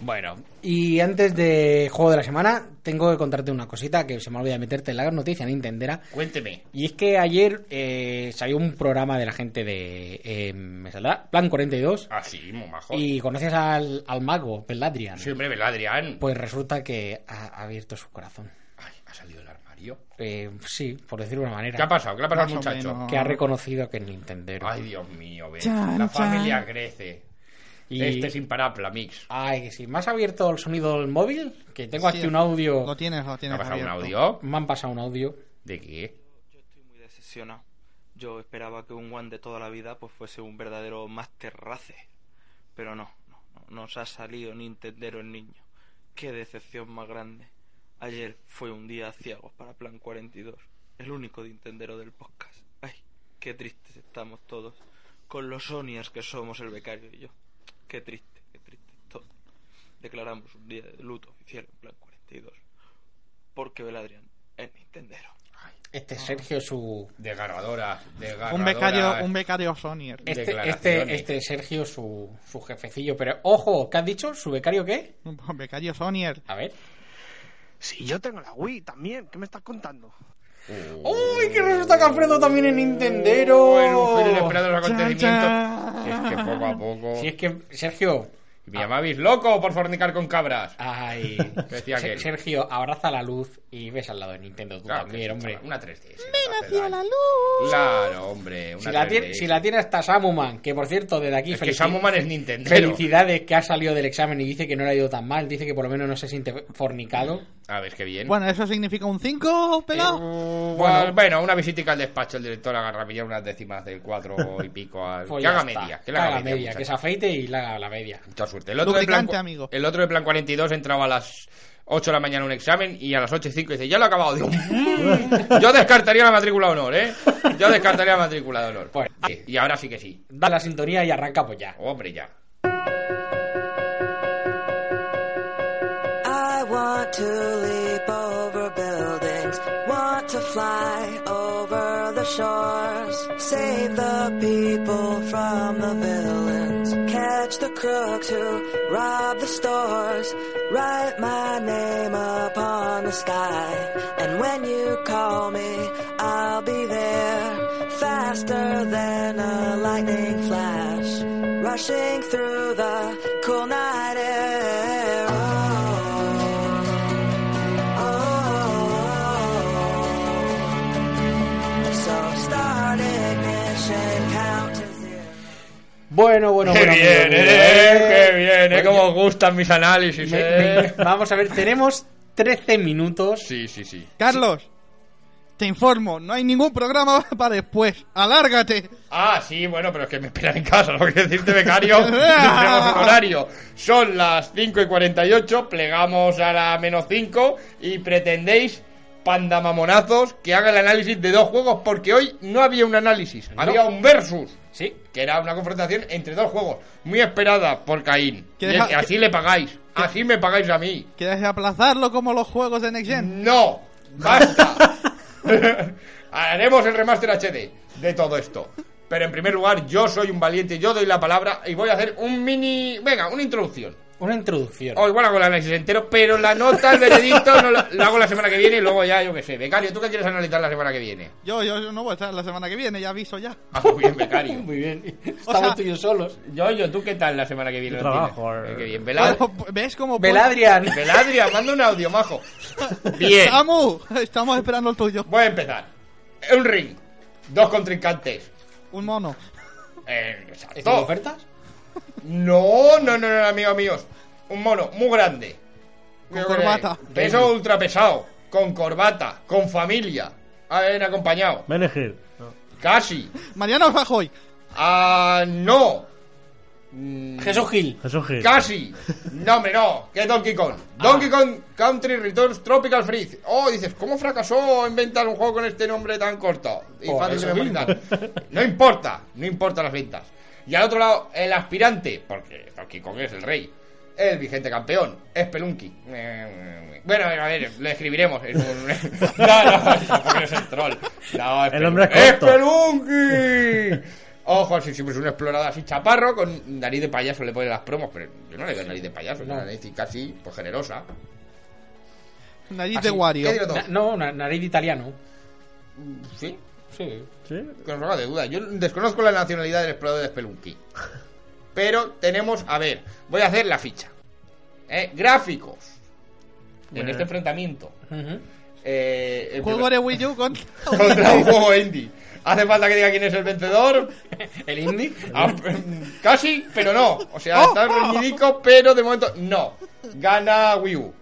Speaker 3: Bueno,
Speaker 2: Y antes de juego de la semana, tengo que contarte una cosita que se me olvidado meterte en la noticia Nintendera.
Speaker 3: cuénteme.
Speaker 2: Y es que ayer eh, salió un programa de la gente de. eh, me saldrá. Plan 42.
Speaker 3: Así, Ah, muy majo.
Speaker 2: Y conoces al, al mago, Peladrian.
Speaker 3: Siempre Beladrián.
Speaker 2: Pues resulta que ha ha abierto su corazón.
Speaker 3: Ay, ha salido el armario. millonario.
Speaker 2: Eh, sí, por decirlo de una
Speaker 3: ¿Qué ha
Speaker 2: manera.
Speaker 3: pasado? ¿Qué le ha pasado al
Speaker 4: Más o
Speaker 3: muchacho?
Speaker 4: menos.
Speaker 2: Que ha reconocido que es Nintendo.
Speaker 3: Ay, Dios mío, ves.
Speaker 4: Chan,
Speaker 3: La
Speaker 4: chan.
Speaker 3: familia crece.
Speaker 2: Y-
Speaker 3: Este sin parapla, mix.
Speaker 2: Ay, que sí. ¿Me has abierto el sonido del móvil? Que tengo
Speaker 4: Sí,
Speaker 2: aquí un audio.
Speaker 4: Lo tienes, lo
Speaker 3: ¿Te ha
Speaker 4: tienes.
Speaker 3: pasado un
Speaker 4: abierto.
Speaker 3: audio?
Speaker 2: Me han pasado un audio.
Speaker 3: ¿De qué?
Speaker 9: Yo estoy muy decepcionado. Yo esperaba que un One de toda la vida pues fuese un verdadero Master Race. Pero no, no, no, nos ha salido Nintendero el niño. Qué decepción más grande. Ayer fue un día ciego para Plan 42, el único Nintendero del podcast. Ay, qué tristes estamos todos, con los Sonias que somos el becario y yo. Qué triste, qué triste todo. Declaramos un día de luto oficial en Plan 42, porque Beladrian es Nintendero.
Speaker 2: Este
Speaker 3: Ah.
Speaker 2: Sergio, su.
Speaker 3: Desgarradora, desgarradora.
Speaker 4: Un becario, un becario Sonyer.
Speaker 2: Este, este,
Speaker 3: Declaraciones.
Speaker 2: este Sergio, su, su jefecillo. Pero ojo, ¿qué has dicho? ¿Su becario qué?
Speaker 4: Un becario Sonyer.
Speaker 2: A ver.
Speaker 10: Sí, yo tengo la Wii también. ¿Qué me estás contando?
Speaker 2: ¡Uy, que resulta que Alfredo también es
Speaker 3: Bueno, un fin
Speaker 2: Nintendero!
Speaker 3: inesperado de los acontecimientos.
Speaker 4: Chan,
Speaker 3: Es que poco a poco.
Speaker 2: Si es que, Sergio...
Speaker 3: Me llamabais loco por fornicar con cabras.
Speaker 2: Ay,
Speaker 3: Decía
Speaker 2: Se-
Speaker 3: aquel.
Speaker 2: Sergio, abraza la luz y ves al lado de Nintendo tú
Speaker 3: Claro Ah, que
Speaker 2: también, Ah,
Speaker 3: sí,
Speaker 2: hombre.
Speaker 3: chaval, Una 3D. Me nació la luz. Claro, hombre. Una
Speaker 2: Si la,
Speaker 3: 3D.
Speaker 2: tiene, si la tiene hasta Samuman, que por cierto, desde aquí
Speaker 3: Es que
Speaker 2: felici-
Speaker 3: Samuman es Nintendo.
Speaker 2: felicidades que ha salido del examen y dice que no le ha ido tan mal, dice que por lo menos no se siente fornicado.
Speaker 3: A ver, qué bien.
Speaker 4: Bueno, eso significa un 5,
Speaker 3: Eh,
Speaker 4: pelado.
Speaker 3: Bueno, bueno, una visitica al despacho el director agarra a pillar unas décimas del 4 y pico al...
Speaker 2: Pues
Speaker 3: que
Speaker 2: ya
Speaker 3: haga
Speaker 2: está.
Speaker 3: media, que le haga media,
Speaker 2: que se
Speaker 3: muchacho.
Speaker 2: afeite y le haga la media.
Speaker 3: Mucha suerte. El otro, de plan,
Speaker 4: Lubricante, amigo.
Speaker 3: el otro de plan 42 entraba a las 8 de la mañana a un examen y a las 8 y 5 dice, ya lo he acabado. Digo, "Mm, yo descartaría la matrícula de honor, ¿eh? Yo descartaría la matrícula de honor.
Speaker 2: Pues-
Speaker 3: Sí, y ahora sí que sí.
Speaker 2: Da la sintonía y arranca pues ya.
Speaker 3: Hombre, ya.
Speaker 6: I want to leap over buildings, want to fly over the shores, save the people from the villains, catch the crooks who rob the stores, write my name upon the sky, and when you call me, I'll be there, faster than a lightning flash, rushing through the cool night air. Oh. So start ignition, count to zero.
Speaker 2: Bueno, bueno,
Speaker 3: Qué
Speaker 2: bueno.
Speaker 3: bien,
Speaker 2: amigo.
Speaker 3: eh, qué bien, eh,
Speaker 2: Pues
Speaker 3: cómo
Speaker 2: ya-
Speaker 3: os gustan mis análisis,
Speaker 2: Me-
Speaker 3: eh.
Speaker 2: me- vamos a ver, tenemos 13 minutos.
Speaker 3: Sí, sí, sí.
Speaker 4: Carlos, te informo, no hay ningún programa para después. Alárgate.
Speaker 3: Ah, sí, bueno, pero es que me esperan en casa, lo que decirte, becario. Tenemos un horario. Son las 5 y 48, plegamos a la menos 5 y pretendéis, pandamamonazos, que haga el análisis de dos juegos, porque hoy no había un análisis, había un versus,
Speaker 2: Sí.
Speaker 3: que era una confrontación entre dos juegos, muy esperada por Caín.
Speaker 4: Que
Speaker 3: Y
Speaker 4: deja-
Speaker 3: es que así le pagáis, así me pagáis a mí.
Speaker 4: ¿Quieres aplazarlo como los juegos de Next
Speaker 2: Mm.
Speaker 4: Gen?
Speaker 3: No, basta. Haremos el remaster HD de todo esto. Pero en primer lugar, yo soy un valiente, yo doy la palabra y voy a hacer un mini. Venga, una introducción.
Speaker 2: Una introducción.
Speaker 3: O igual hago el análisis entero, pero la nota, el veredicto, no la, la hago la semana que viene y luego ya, yo qué sé. Becario, ¿tú qué quieres analizar la semana que viene?
Speaker 4: Yo, yo, yo no voy a estar la semana que viene, ya aviso ya.
Speaker 3: Ah, muy bien, Becario.
Speaker 2: Muy bien. Estamos tú y yo solos.
Speaker 3: Yo, yo, ¿tú qué tal la semana que viene?
Speaker 5: Yo
Speaker 3: lo tienes?
Speaker 5: trabajo,
Speaker 3: Eh,
Speaker 5: eh.
Speaker 3: Qué bien, Velad-
Speaker 4: Bueno, pues, ¿Ves cómo... pon-
Speaker 2: Beladrian.
Speaker 3: Veladria, manda un audio, majo. Bien.
Speaker 4: Samu, estamos esperando el tuyo.
Speaker 3: Voy a empezar. Un ring. Dos contrincantes.
Speaker 4: Un mono.
Speaker 3: Eh,
Speaker 2: ¿Están
Speaker 3: exacto.
Speaker 2: ofertas?
Speaker 3: No, no, no, no, amigos míos. Un mono muy grande.
Speaker 4: Con corbata.
Speaker 3: Peso ultra pesado. Con corbata. Con familia. A ver, acompañado.
Speaker 5: Menegil. No.
Speaker 3: Casi.
Speaker 4: Mariano Rajoy.
Speaker 3: Ah, no. Mm,
Speaker 2: Jesús Gil.
Speaker 5: Jesús Gil.
Speaker 3: Casi. No, hombre, no. Que Donkey Kong.
Speaker 5: Ah.
Speaker 3: Donkey Kong Country Returns Tropical Freeze. Oh, dices, ¿cómo fracasó inventar un juego con este nombre tan corto? Y
Speaker 2: Por
Speaker 3: fácil
Speaker 2: eso
Speaker 3: de memorizar. No importa. No importa las ventas. Y al otro lado, el aspirante. Porque Donkey Kong es el rey. El vigente campeón. Spelunky. Bueno, a ver, a ver, lo escribiremos. en un- No, no, porque es el troll. No,
Speaker 5: El hombre es corto.
Speaker 3: ¡Spelunky! Ojo, si siempre es un explorador así chaparro, con nariz de payaso le ponen las promos, pero yo no le veo nariz de payaso, es una nariz casi pues, generosa.
Speaker 4: Nariz
Speaker 3: Así,
Speaker 4: de Wario.
Speaker 3: ¿Ah, ¿qué digo todo?
Speaker 2: Na- no, na- nariz de italiano.
Speaker 3: Sí,
Speaker 2: Sí.
Speaker 5: ¿Sí?
Speaker 3: que nos haga de duda. Yo desconozco la nacionalidad del explorador de Spelunky. Pero tenemos, a ver, voy a hacer la ficha. Eh, Gráficos. En
Speaker 5: Bueno.
Speaker 3: este enfrentamiento.
Speaker 2: Ujú.
Speaker 3: Eh, el
Speaker 4: Juego
Speaker 3: primer-
Speaker 4: de Wii U contra un
Speaker 3: contra un
Speaker 4: indie.
Speaker 3: juego indie. ¿Hace falta que diga quién es el vencedor?
Speaker 2: ¿El indie?
Speaker 3: Ah, mm, Casi, pero no. O sea, está reñidico, pero de momento no. Gana Wii U.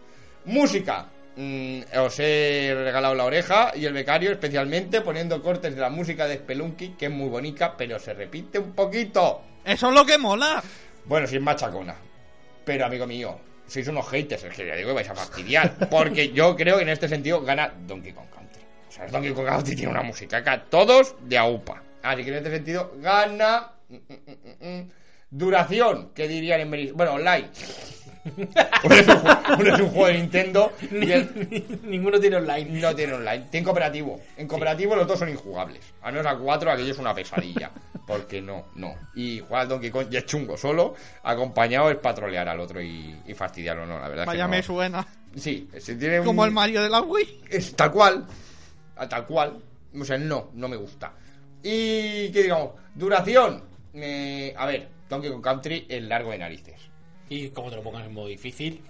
Speaker 3: Música. Mm, os he regalado la oreja y el becario especialmente poniendo cortes de la música de Spelunky, que es muy bonita, pero se repite un poquito.
Speaker 4: Eso es lo que mola.
Speaker 3: Bueno, si es machacona. Pero, amigo mío, sois unos haters, es que ya digo que vais a fastidiar. Porque yo creo que en este sentido gana Donkey Kong Country. O sea, Donkey Kong Country tiene una musicaca, todos de aupa. Así que en este sentido gana. mm, mm, mm, mm, mm. Duración, que dirían en Venezuela. Bueno, online. Uno es, un juego, uno es un juego de Nintendo y el-
Speaker 2: Ninguno tiene online.
Speaker 3: no tiene online, tiene cooperativo. En cooperativo los dos son injugables. A menos a cuatro aquello es una pesadilla. Porque no, no. Y jugar al Donkey Kong ya es chungo solo, acompañado es patrolear al otro y, y fastidiarlo, no, la verdad. es que
Speaker 4: Vaya
Speaker 3: no.
Speaker 4: me suena.
Speaker 3: Sí, se tiene un-
Speaker 4: Como el Mario de la Wii.
Speaker 3: es tal cual. a Tal cual. O sea, no, no me gusta. Y que digamos, duración. eh, a ver, Donkey Kong Country es largo de narices.
Speaker 2: Y como te lo pongas en modo difícil.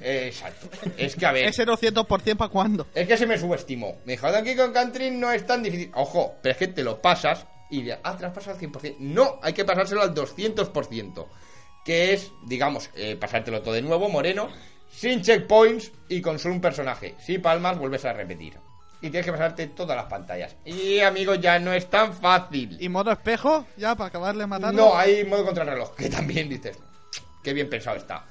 Speaker 3: Eh, exacto. Es que a ver.
Speaker 4: Ese 200% para cuándo.
Speaker 3: Es que se me subestimó. Me dijo, Donkey Kong Country no es tan difícil. Ojo, pero es que te lo pasas y ya, ah, te lo has pasado al 100%. No, hay que pasárselo al 200%. Que es, digamos, eh, pasártelo todo de nuevo, moreno, sin checkpoints y con solo un personaje. Si palmas, vuelves a repetir. Y tienes que pasarte todas las pantallas. Y, amigos, ya no es tan fácil.
Speaker 4: Y modo espejo, ya para acabarle matando.
Speaker 3: No, hay modo contrarreloj, que también dices, qué bien pensado está.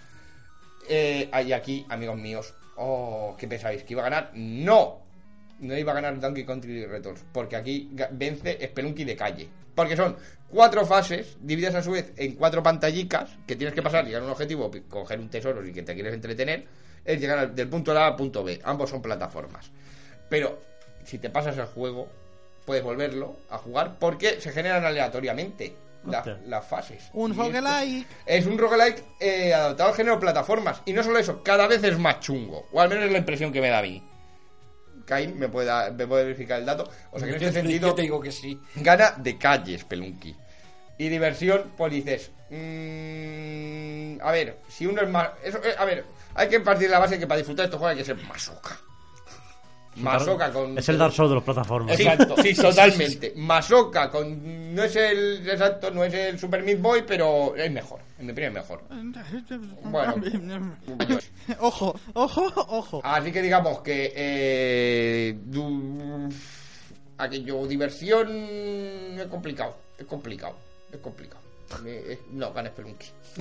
Speaker 3: Eh, y aquí, amigos míos, oh, ¿qué pensáis? ¿Que iba a ganar? ¡No! No iba a ganar Donkey Country Returns, porque aquí ga- vence Spelunky de calle. Porque son cuatro fases, divididas a su vez en cuatro pantallicas, que tienes que pasar, llegar a un objetivo, pi- coger un tesoro y que te quieres entretener, es llegar al- del punto A al punto B. Ambos son plataformas. Pero si te pasas el juego, puedes volverlo a jugar porque se generan aleatoriamente la-
Speaker 5: Hostia.
Speaker 3: las fases. Y
Speaker 4: Un
Speaker 3: esto-
Speaker 4: roguelike.
Speaker 3: Es un roguelike eh, adaptado al género plataformas. Y no solo eso, cada vez es más chungo. O al menos es la impresión que me da a mí. Caín me puede, dar- me puede verificar el dato. O sea que en
Speaker 2: Yo
Speaker 3: este
Speaker 2: te-
Speaker 3: sentido
Speaker 2: yo te digo que sí.
Speaker 3: gana de calle Spelunky. Y diversión, pues dices. mm, a ver, si uno es más. eso, eh, a ver, hay que partir de la base que para disfrutar de estos juegos hay que ser masoca. Masoca con.
Speaker 5: Es el Dark Souls de los plataformas.
Speaker 3: Exacto, totalmente. Masoca con. No es el. Exacto, no es el Super Meat Boy, pero es mejor. En mi opinión es mejor. Bueno. Ah,
Speaker 4: ojo, ojo, ojo.
Speaker 3: Así que digamos que. Eh, du- aquello, diversión. Es complicado. Es complicado. Es complicado. Me- eh, no, gana Spelunky.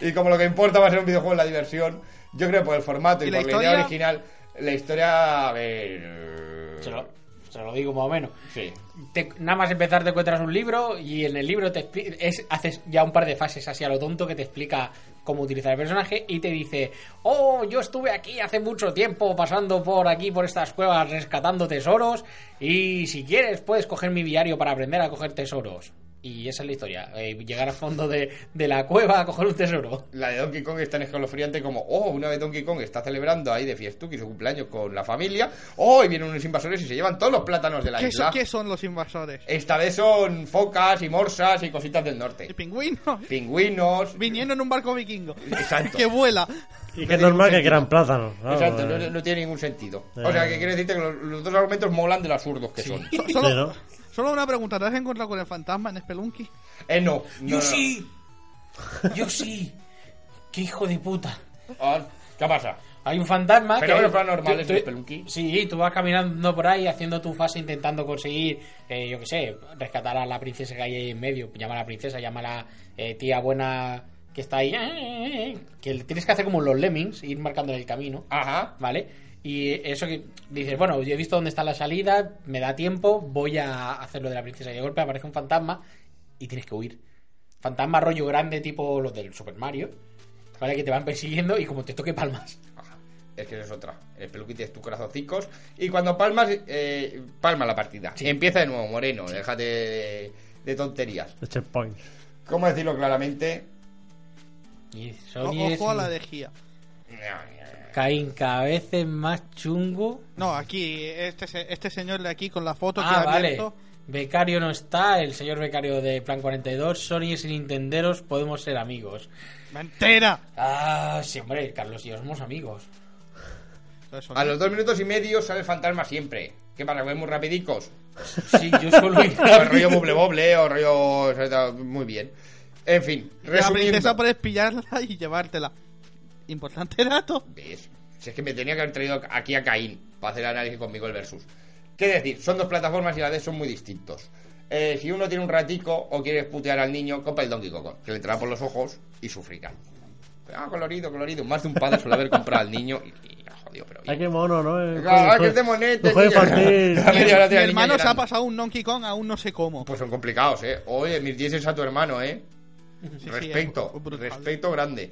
Speaker 3: y como lo que importa va a ser un videojuego en la diversión, yo creo que por el formato y,
Speaker 4: ¿Y la
Speaker 3: por la idea
Speaker 4: historia?
Speaker 3: original, la historia. A ver. eh,
Speaker 2: Se lo, se lo digo más o menos.
Speaker 3: Sí.
Speaker 2: Te- nada más empezar te encuentras un libro y en el libro te expli- es, haces ya un par de fases así a lo tonto que te explica cómo utilizar el personaje y te dice, oh, yo estuve aquí hace mucho tiempo pasando por aquí, por estas cuevas, rescatando tesoros y si quieres puedes coger mi diario para aprender a coger tesoros. Y esa es la historia, eh, llegar al fondo de, de la cueva a coger un tesoro.
Speaker 3: La de Donkey Kong es tan escalofriante como, oh, una vez Donkey Kong está celebrando ahí de fiestuki su cumpleaños con la familia, oh, y vienen unos invasores y se llevan todos los plátanos de la
Speaker 4: ¿Qué,
Speaker 3: isla. Eh.
Speaker 4: son, qué son los invasores?
Speaker 3: Esta vez son focas y morsas y cositas del
Speaker 4: ¿Y
Speaker 3: norte.
Speaker 4: pingüinos?
Speaker 3: Pingüinos.
Speaker 4: Viniendo en un barco vikingo.
Speaker 3: Exacto.
Speaker 4: que vuela.
Speaker 5: Y que es normal que quieran plátanos. claro,
Speaker 3: Exacto, no,
Speaker 5: eh.
Speaker 3: no tiene ningún sentido.
Speaker 5: Eh.
Speaker 3: O sea, que quiero decirte que los, los dos argumentos molan de los absurdos que son.
Speaker 4: So- Solo,
Speaker 5: Pero-
Speaker 4: solo una pregunta. ¿Te has encontrado con el fantasma en Spelunky?
Speaker 3: Eh, no. no, no, no.
Speaker 2: ¡Yo sí! ¡Qué hijo de puta!
Speaker 3: Ah, ¿Qué pasa?
Speaker 2: Hay un fantasma
Speaker 3: Pero
Speaker 2: que...
Speaker 3: bueno, paranormal, es
Speaker 2: tú-
Speaker 3: de
Speaker 2: tú-
Speaker 3: Spelunky.
Speaker 2: Sí, tú vas caminando por ahí haciendo tu fase intentando conseguir, eh, yo qué sé, rescatar a la princesa que hay ahí en medio. Llama a la princesa, llama a la eh, tía buena que está ahí. Que le tienes que hacer como los lemmings, ir marcando el camino.
Speaker 3: Ajá.
Speaker 2: ¿Vale? Y eso que dices, bueno, yo he visto dónde está la salida, me da tiempo, voy a hacer lo de la princesa. Y de golpe aparece un fantasma y tienes que huir. Fantasma rollo grande, tipo los del Super Mario, ¿vale? Que te van persiguiendo y como te toque palmas.
Speaker 3: Ajá. Es que eso es otra. El peluquín tienes tus corazoncicos. Y cuando palmas, eh, palma la partida. Empieza de nuevo, Moreno. Déjate de, de tonterías.
Speaker 5: De checkpoints.
Speaker 3: ¿Cómo decirlo claramente?
Speaker 2: Y
Speaker 4: O-
Speaker 2: Sony es
Speaker 4: ojo a la
Speaker 2: un
Speaker 4: herejía.
Speaker 2: Caín cada vez es más chungo.
Speaker 4: No, aquí, este, se- este señor de aquí con la foto que
Speaker 2: Ah,
Speaker 4: ha
Speaker 2: vale.
Speaker 4: abierto.
Speaker 2: Becario no está, el señor becario de Plan 42, Sony es Nintenderos, podemos ser amigos.
Speaker 4: ¡Mentira!
Speaker 2: Ah, sí, hombre, Carlos y yo somos amigos.
Speaker 4: eso,
Speaker 3: A
Speaker 4: ¿no?
Speaker 3: los dos minutos y medio sale el fantasma siempre. ¿Qué pasa? ¿Voy muy rapidicos?
Speaker 2: Sí, yo suelo ir
Speaker 3: O el rollo muble boble, o rollo... Muy bien. En fin,
Speaker 4: La princesa
Speaker 3: resumiendo.
Speaker 4: puedes pillarla y llevártela. Importante dato.
Speaker 3: ¿Ves? Si es que me tenía que haber traído aquí a Caín para hacer el análisis conmigo el versus. ¿Qué decir? Son dos plataformas y la vez son muy distintos. Eh, si uno tiene un ratico o quiere putear al niño, compra el Donkey Kong, que le entrará por los ojos y sufrirá. Ah, colorido, colorido. Más de un padre suele haber comprado al niño y, y ah, jodido, pero
Speaker 5: Ay,
Speaker 3: bien.
Speaker 5: qué mono, ¿no? El
Speaker 3: Claro,
Speaker 5: juego-
Speaker 3: ah, que es de
Speaker 5: juego-
Speaker 3: monete,
Speaker 5: el juego
Speaker 3: niño.
Speaker 5: infantil.
Speaker 3: A media hora
Speaker 4: Mi
Speaker 3: tiene al niño
Speaker 4: hermano se ha
Speaker 3: llorando.
Speaker 4: pasado un Donkey Kong, aún no sé cómo.
Speaker 3: Pues son complicados, ¿eh? Oye, mis 10 es a tu hermano, ¿eh?
Speaker 4: Sí, sí,
Speaker 3: Respeto,
Speaker 4: es brutal.
Speaker 3: respeto grande.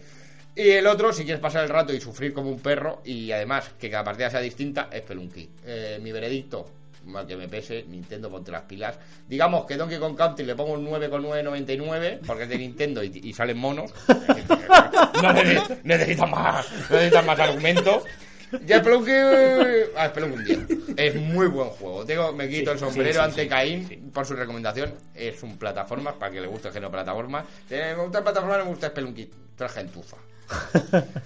Speaker 3: Y el otro, si quieres pasar el rato y sufrir como un perro, y además que cada partida sea distinta, es Pelunky. Eh, mi veredicto, mal que me pese, Nintendo ponte las pilas. Digamos que Donkey Kong Country le pongo un 9,999, porque es de Nintendo y, y salen monos. No necesita, necesita más, necesita más argumentos. Ya el Spelunky, eh, ah, Spelunky un 10. Es muy buen juego. Tengo, me quito el sombrero ante Caín por su recomendación. Es un plataforma, para que le guste el género plataforma. Si me gusta el plataforma, no me gusta Spelunky. Traje en tufa.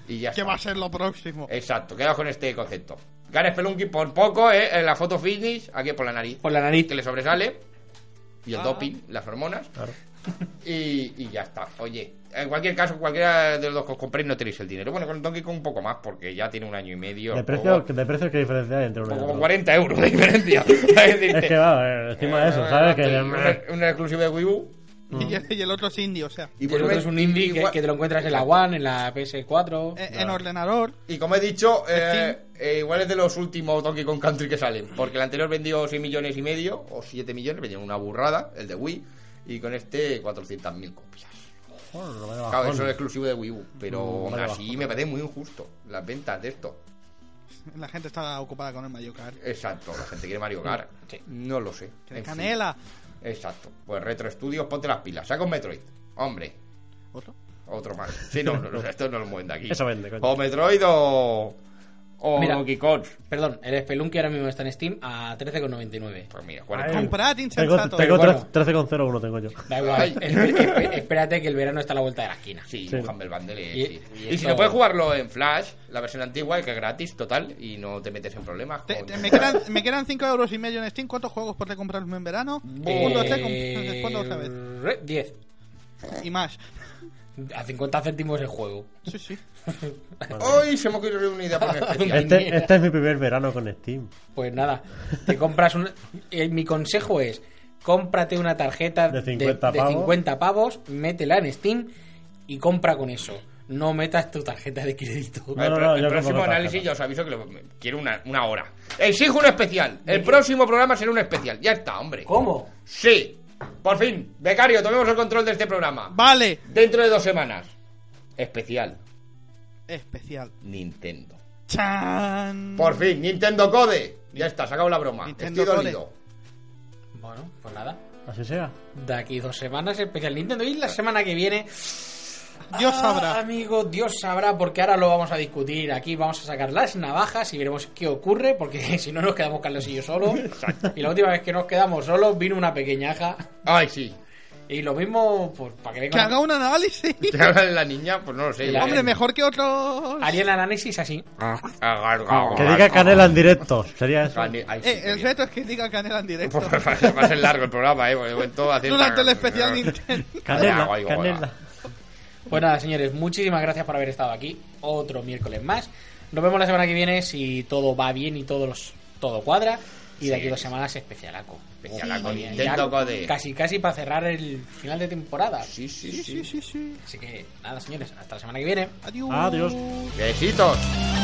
Speaker 3: Y ya
Speaker 4: ¿Qué
Speaker 3: está.
Speaker 4: va a ser lo próximo?
Speaker 3: Exacto, quedaos con este concepto. Gana Spelunky por poco, ¿eh? En la foto finish, aquí por la nariz.
Speaker 2: por la nariz.
Speaker 3: Que le sobresale. Y
Speaker 2: Ah.
Speaker 3: el doping, las hormonas. Y, y ya está. Oye, en cualquier caso, cualquiera de los dos que os compréis no tenéis el dinero. Bueno, con Donkey Kong un poco más, porque ya tiene un año y medio.
Speaker 5: De
Speaker 3: el
Speaker 5: precio,
Speaker 3: juego.
Speaker 5: de precio, ¿qué diferencia hay entre uno y
Speaker 3: Como
Speaker 5: otro?
Speaker 3: 40 euros de diferencia. Es decirte,
Speaker 5: Es que va, eh, encima de eso, ¿sabes?
Speaker 3: eh,
Speaker 5: Que
Speaker 3: un, un exclusivo de Wii U.
Speaker 4: Y, el- y el otro es indie, o sea.
Speaker 3: Y
Speaker 2: Y
Speaker 3: por
Speaker 2: por
Speaker 3: eso
Speaker 2: es un indie que,
Speaker 3: igual-
Speaker 2: que te lo encuentras en la One, en la PS4.
Speaker 4: e- En ordenador.
Speaker 3: Y como he dicho, eh, eh, igual es de los últimos Donkey Kong Country que salen. Porque el anterior vendió 6 millones y medio o 7 millones, vendieron una burrada, el de Wii. Y con este, 400.000 copias.
Speaker 5: Joder, vaya
Speaker 3: Claro,
Speaker 5: bajón.
Speaker 3: eso es exclusivo de Wii U. Pero
Speaker 5: Mm,
Speaker 3: aún
Speaker 5: vaya
Speaker 3: así
Speaker 5: bajón.
Speaker 3: me parece muy injusto las ventas de esto.
Speaker 4: La gente está ocupada con el Mario Kart.
Speaker 3: Exacto, la gente quiere
Speaker 5: Mm,
Speaker 3: Mario Kart. No lo sé. En fin.
Speaker 4: Canela.
Speaker 3: Exacto. Pues Retro Studios, ponte las pilas. Saca un Metroid. Hombre,
Speaker 4: ¿Otro?
Speaker 3: otro más. Sí, no, no, no, esto no lo mueven de aquí.
Speaker 5: Eso vende, coño.
Speaker 3: O Metroid o. O
Speaker 2: Mira.
Speaker 3: Donkey Kong.
Speaker 2: Perdón, el Spelunky ahora mismo está en Steam a 13,99.
Speaker 3: Pues mira,
Speaker 5: Ay,
Speaker 3: 40.
Speaker 4: Comprad,
Speaker 5: Tengo,
Speaker 4: insensato.
Speaker 5: tengo
Speaker 2: Pero
Speaker 5: trece- 13,01 tengo yo.
Speaker 2: Da
Speaker 3: Ay.
Speaker 2: igual. Espe- espe- espérate que el verano está a la vuelta de la esquina.
Speaker 3: Sí,
Speaker 5: Sí.
Speaker 3: un Humble Bundle. eh,
Speaker 2: Y-
Speaker 3: sí.
Speaker 2: y
Speaker 3: Y, si
Speaker 2: esto-
Speaker 3: no puedes jugarlo en Flash, la versión antigua, que es gratis, total, y no te metes en problemas.
Speaker 4: Te-
Speaker 3: con-
Speaker 4: te- me, quedan, me quedan 5 euros y medio en Steam. ¿Cuántos juegos podré comprarme en verano?
Speaker 2: Eh,
Speaker 4: Un, dos, tres, com- ¿Cuándo lo sabes?
Speaker 2: re- 10.
Speaker 4: Y más.
Speaker 2: eh, A 50 céntimos el juego.
Speaker 4: Sí, sí.
Speaker 3: Hoy se me ha ocurrido una idea para un especial.
Speaker 5: Este, este es mi primer verano con Steam.
Speaker 2: Pues nada, te compras un. eh, mi consejo es: cómprate una tarjeta
Speaker 5: De 50
Speaker 2: de
Speaker 5: pavos.
Speaker 2: 50 pavos, métela en Steam y compra con eso. No metas tu tarjeta de crédito.
Speaker 5: No, no,
Speaker 3: el,
Speaker 5: no,
Speaker 3: el
Speaker 5: yo
Speaker 3: próximo
Speaker 5: tampoco
Speaker 3: análisis
Speaker 5: tanto.
Speaker 3: ya os aviso que lo- quiero una, una hora. Exijo un especial. El próximo programa será un especial. Ya está, hombre.
Speaker 2: ¿Cómo?
Speaker 3: Sí. Por fin. Becario, tomemos el control de este programa.
Speaker 4: Vale.
Speaker 3: Dentro de dos semanas. Especial.
Speaker 4: Especial.
Speaker 3: Nintendo.
Speaker 4: Chan.
Speaker 3: Por fin. Nintendo Code. Ya está, se acabó la broma.
Speaker 4: Mm. Nintendo
Speaker 3: Estoy
Speaker 4: Code.
Speaker 3: dolido.
Speaker 2: Bueno, pues nada.
Speaker 5: Así sea.
Speaker 2: De aquí dos semanas, especial Nintendo. Y la semana que viene.
Speaker 3: Pues,
Speaker 4: Dios
Speaker 2: ah,
Speaker 4: sabrá.
Speaker 2: amigo, Dios sabrá, porque ahora lo vamos a discutir. Aquí vamos a sacar las navajas y veremos qué ocurre, porque si no nos quedamos Carlos y yo solos. Y la última vez que nos quedamos solos vino una pequeñaja.
Speaker 3: Ay, sí.
Speaker 2: Y lo mismo, pues para que venga.
Speaker 4: Que haga un análisis.
Speaker 3: ¿Te hablan de la niña? Pues no lo sé.
Speaker 2: El
Speaker 4: Hombre, mejor que Ah. otro.
Speaker 2: Haría el análisis así.
Speaker 3: Ah,
Speaker 5: Que diga Canela en directo. Sería eso.
Speaker 3: Ay, sí,
Speaker 4: Eh, el
Speaker 3: qué bien.
Speaker 4: reto es que diga Canela en directo.
Speaker 3: Va a ser- va a ser largo el programa, eh. porque de momento hace-
Speaker 4: Durante el especial Nintendo.
Speaker 5: Canela,
Speaker 3: Ya, oigo,
Speaker 5: Canela.
Speaker 2: Pues nada, señores, muchísimas gracias por haber estado aquí. Otro miércoles más. Nos vemos la semana que viene si todo va bien y todos los- todo cuadra. Y de aquí dos semanas especialaco.
Speaker 3: Especialaco,
Speaker 2: Oye,
Speaker 3: Nintendo
Speaker 2: ya
Speaker 3: Code.
Speaker 2: Casi, casi para cerrar el final de temporada.
Speaker 3: Sí, sí,
Speaker 4: Sí,
Speaker 3: sí.
Speaker 4: sí, sí, sí.
Speaker 2: Así que nada, señores, hasta la semana que viene.
Speaker 4: Adiós.
Speaker 5: Adiós.
Speaker 3: Besitos.
Speaker 4: Adiós.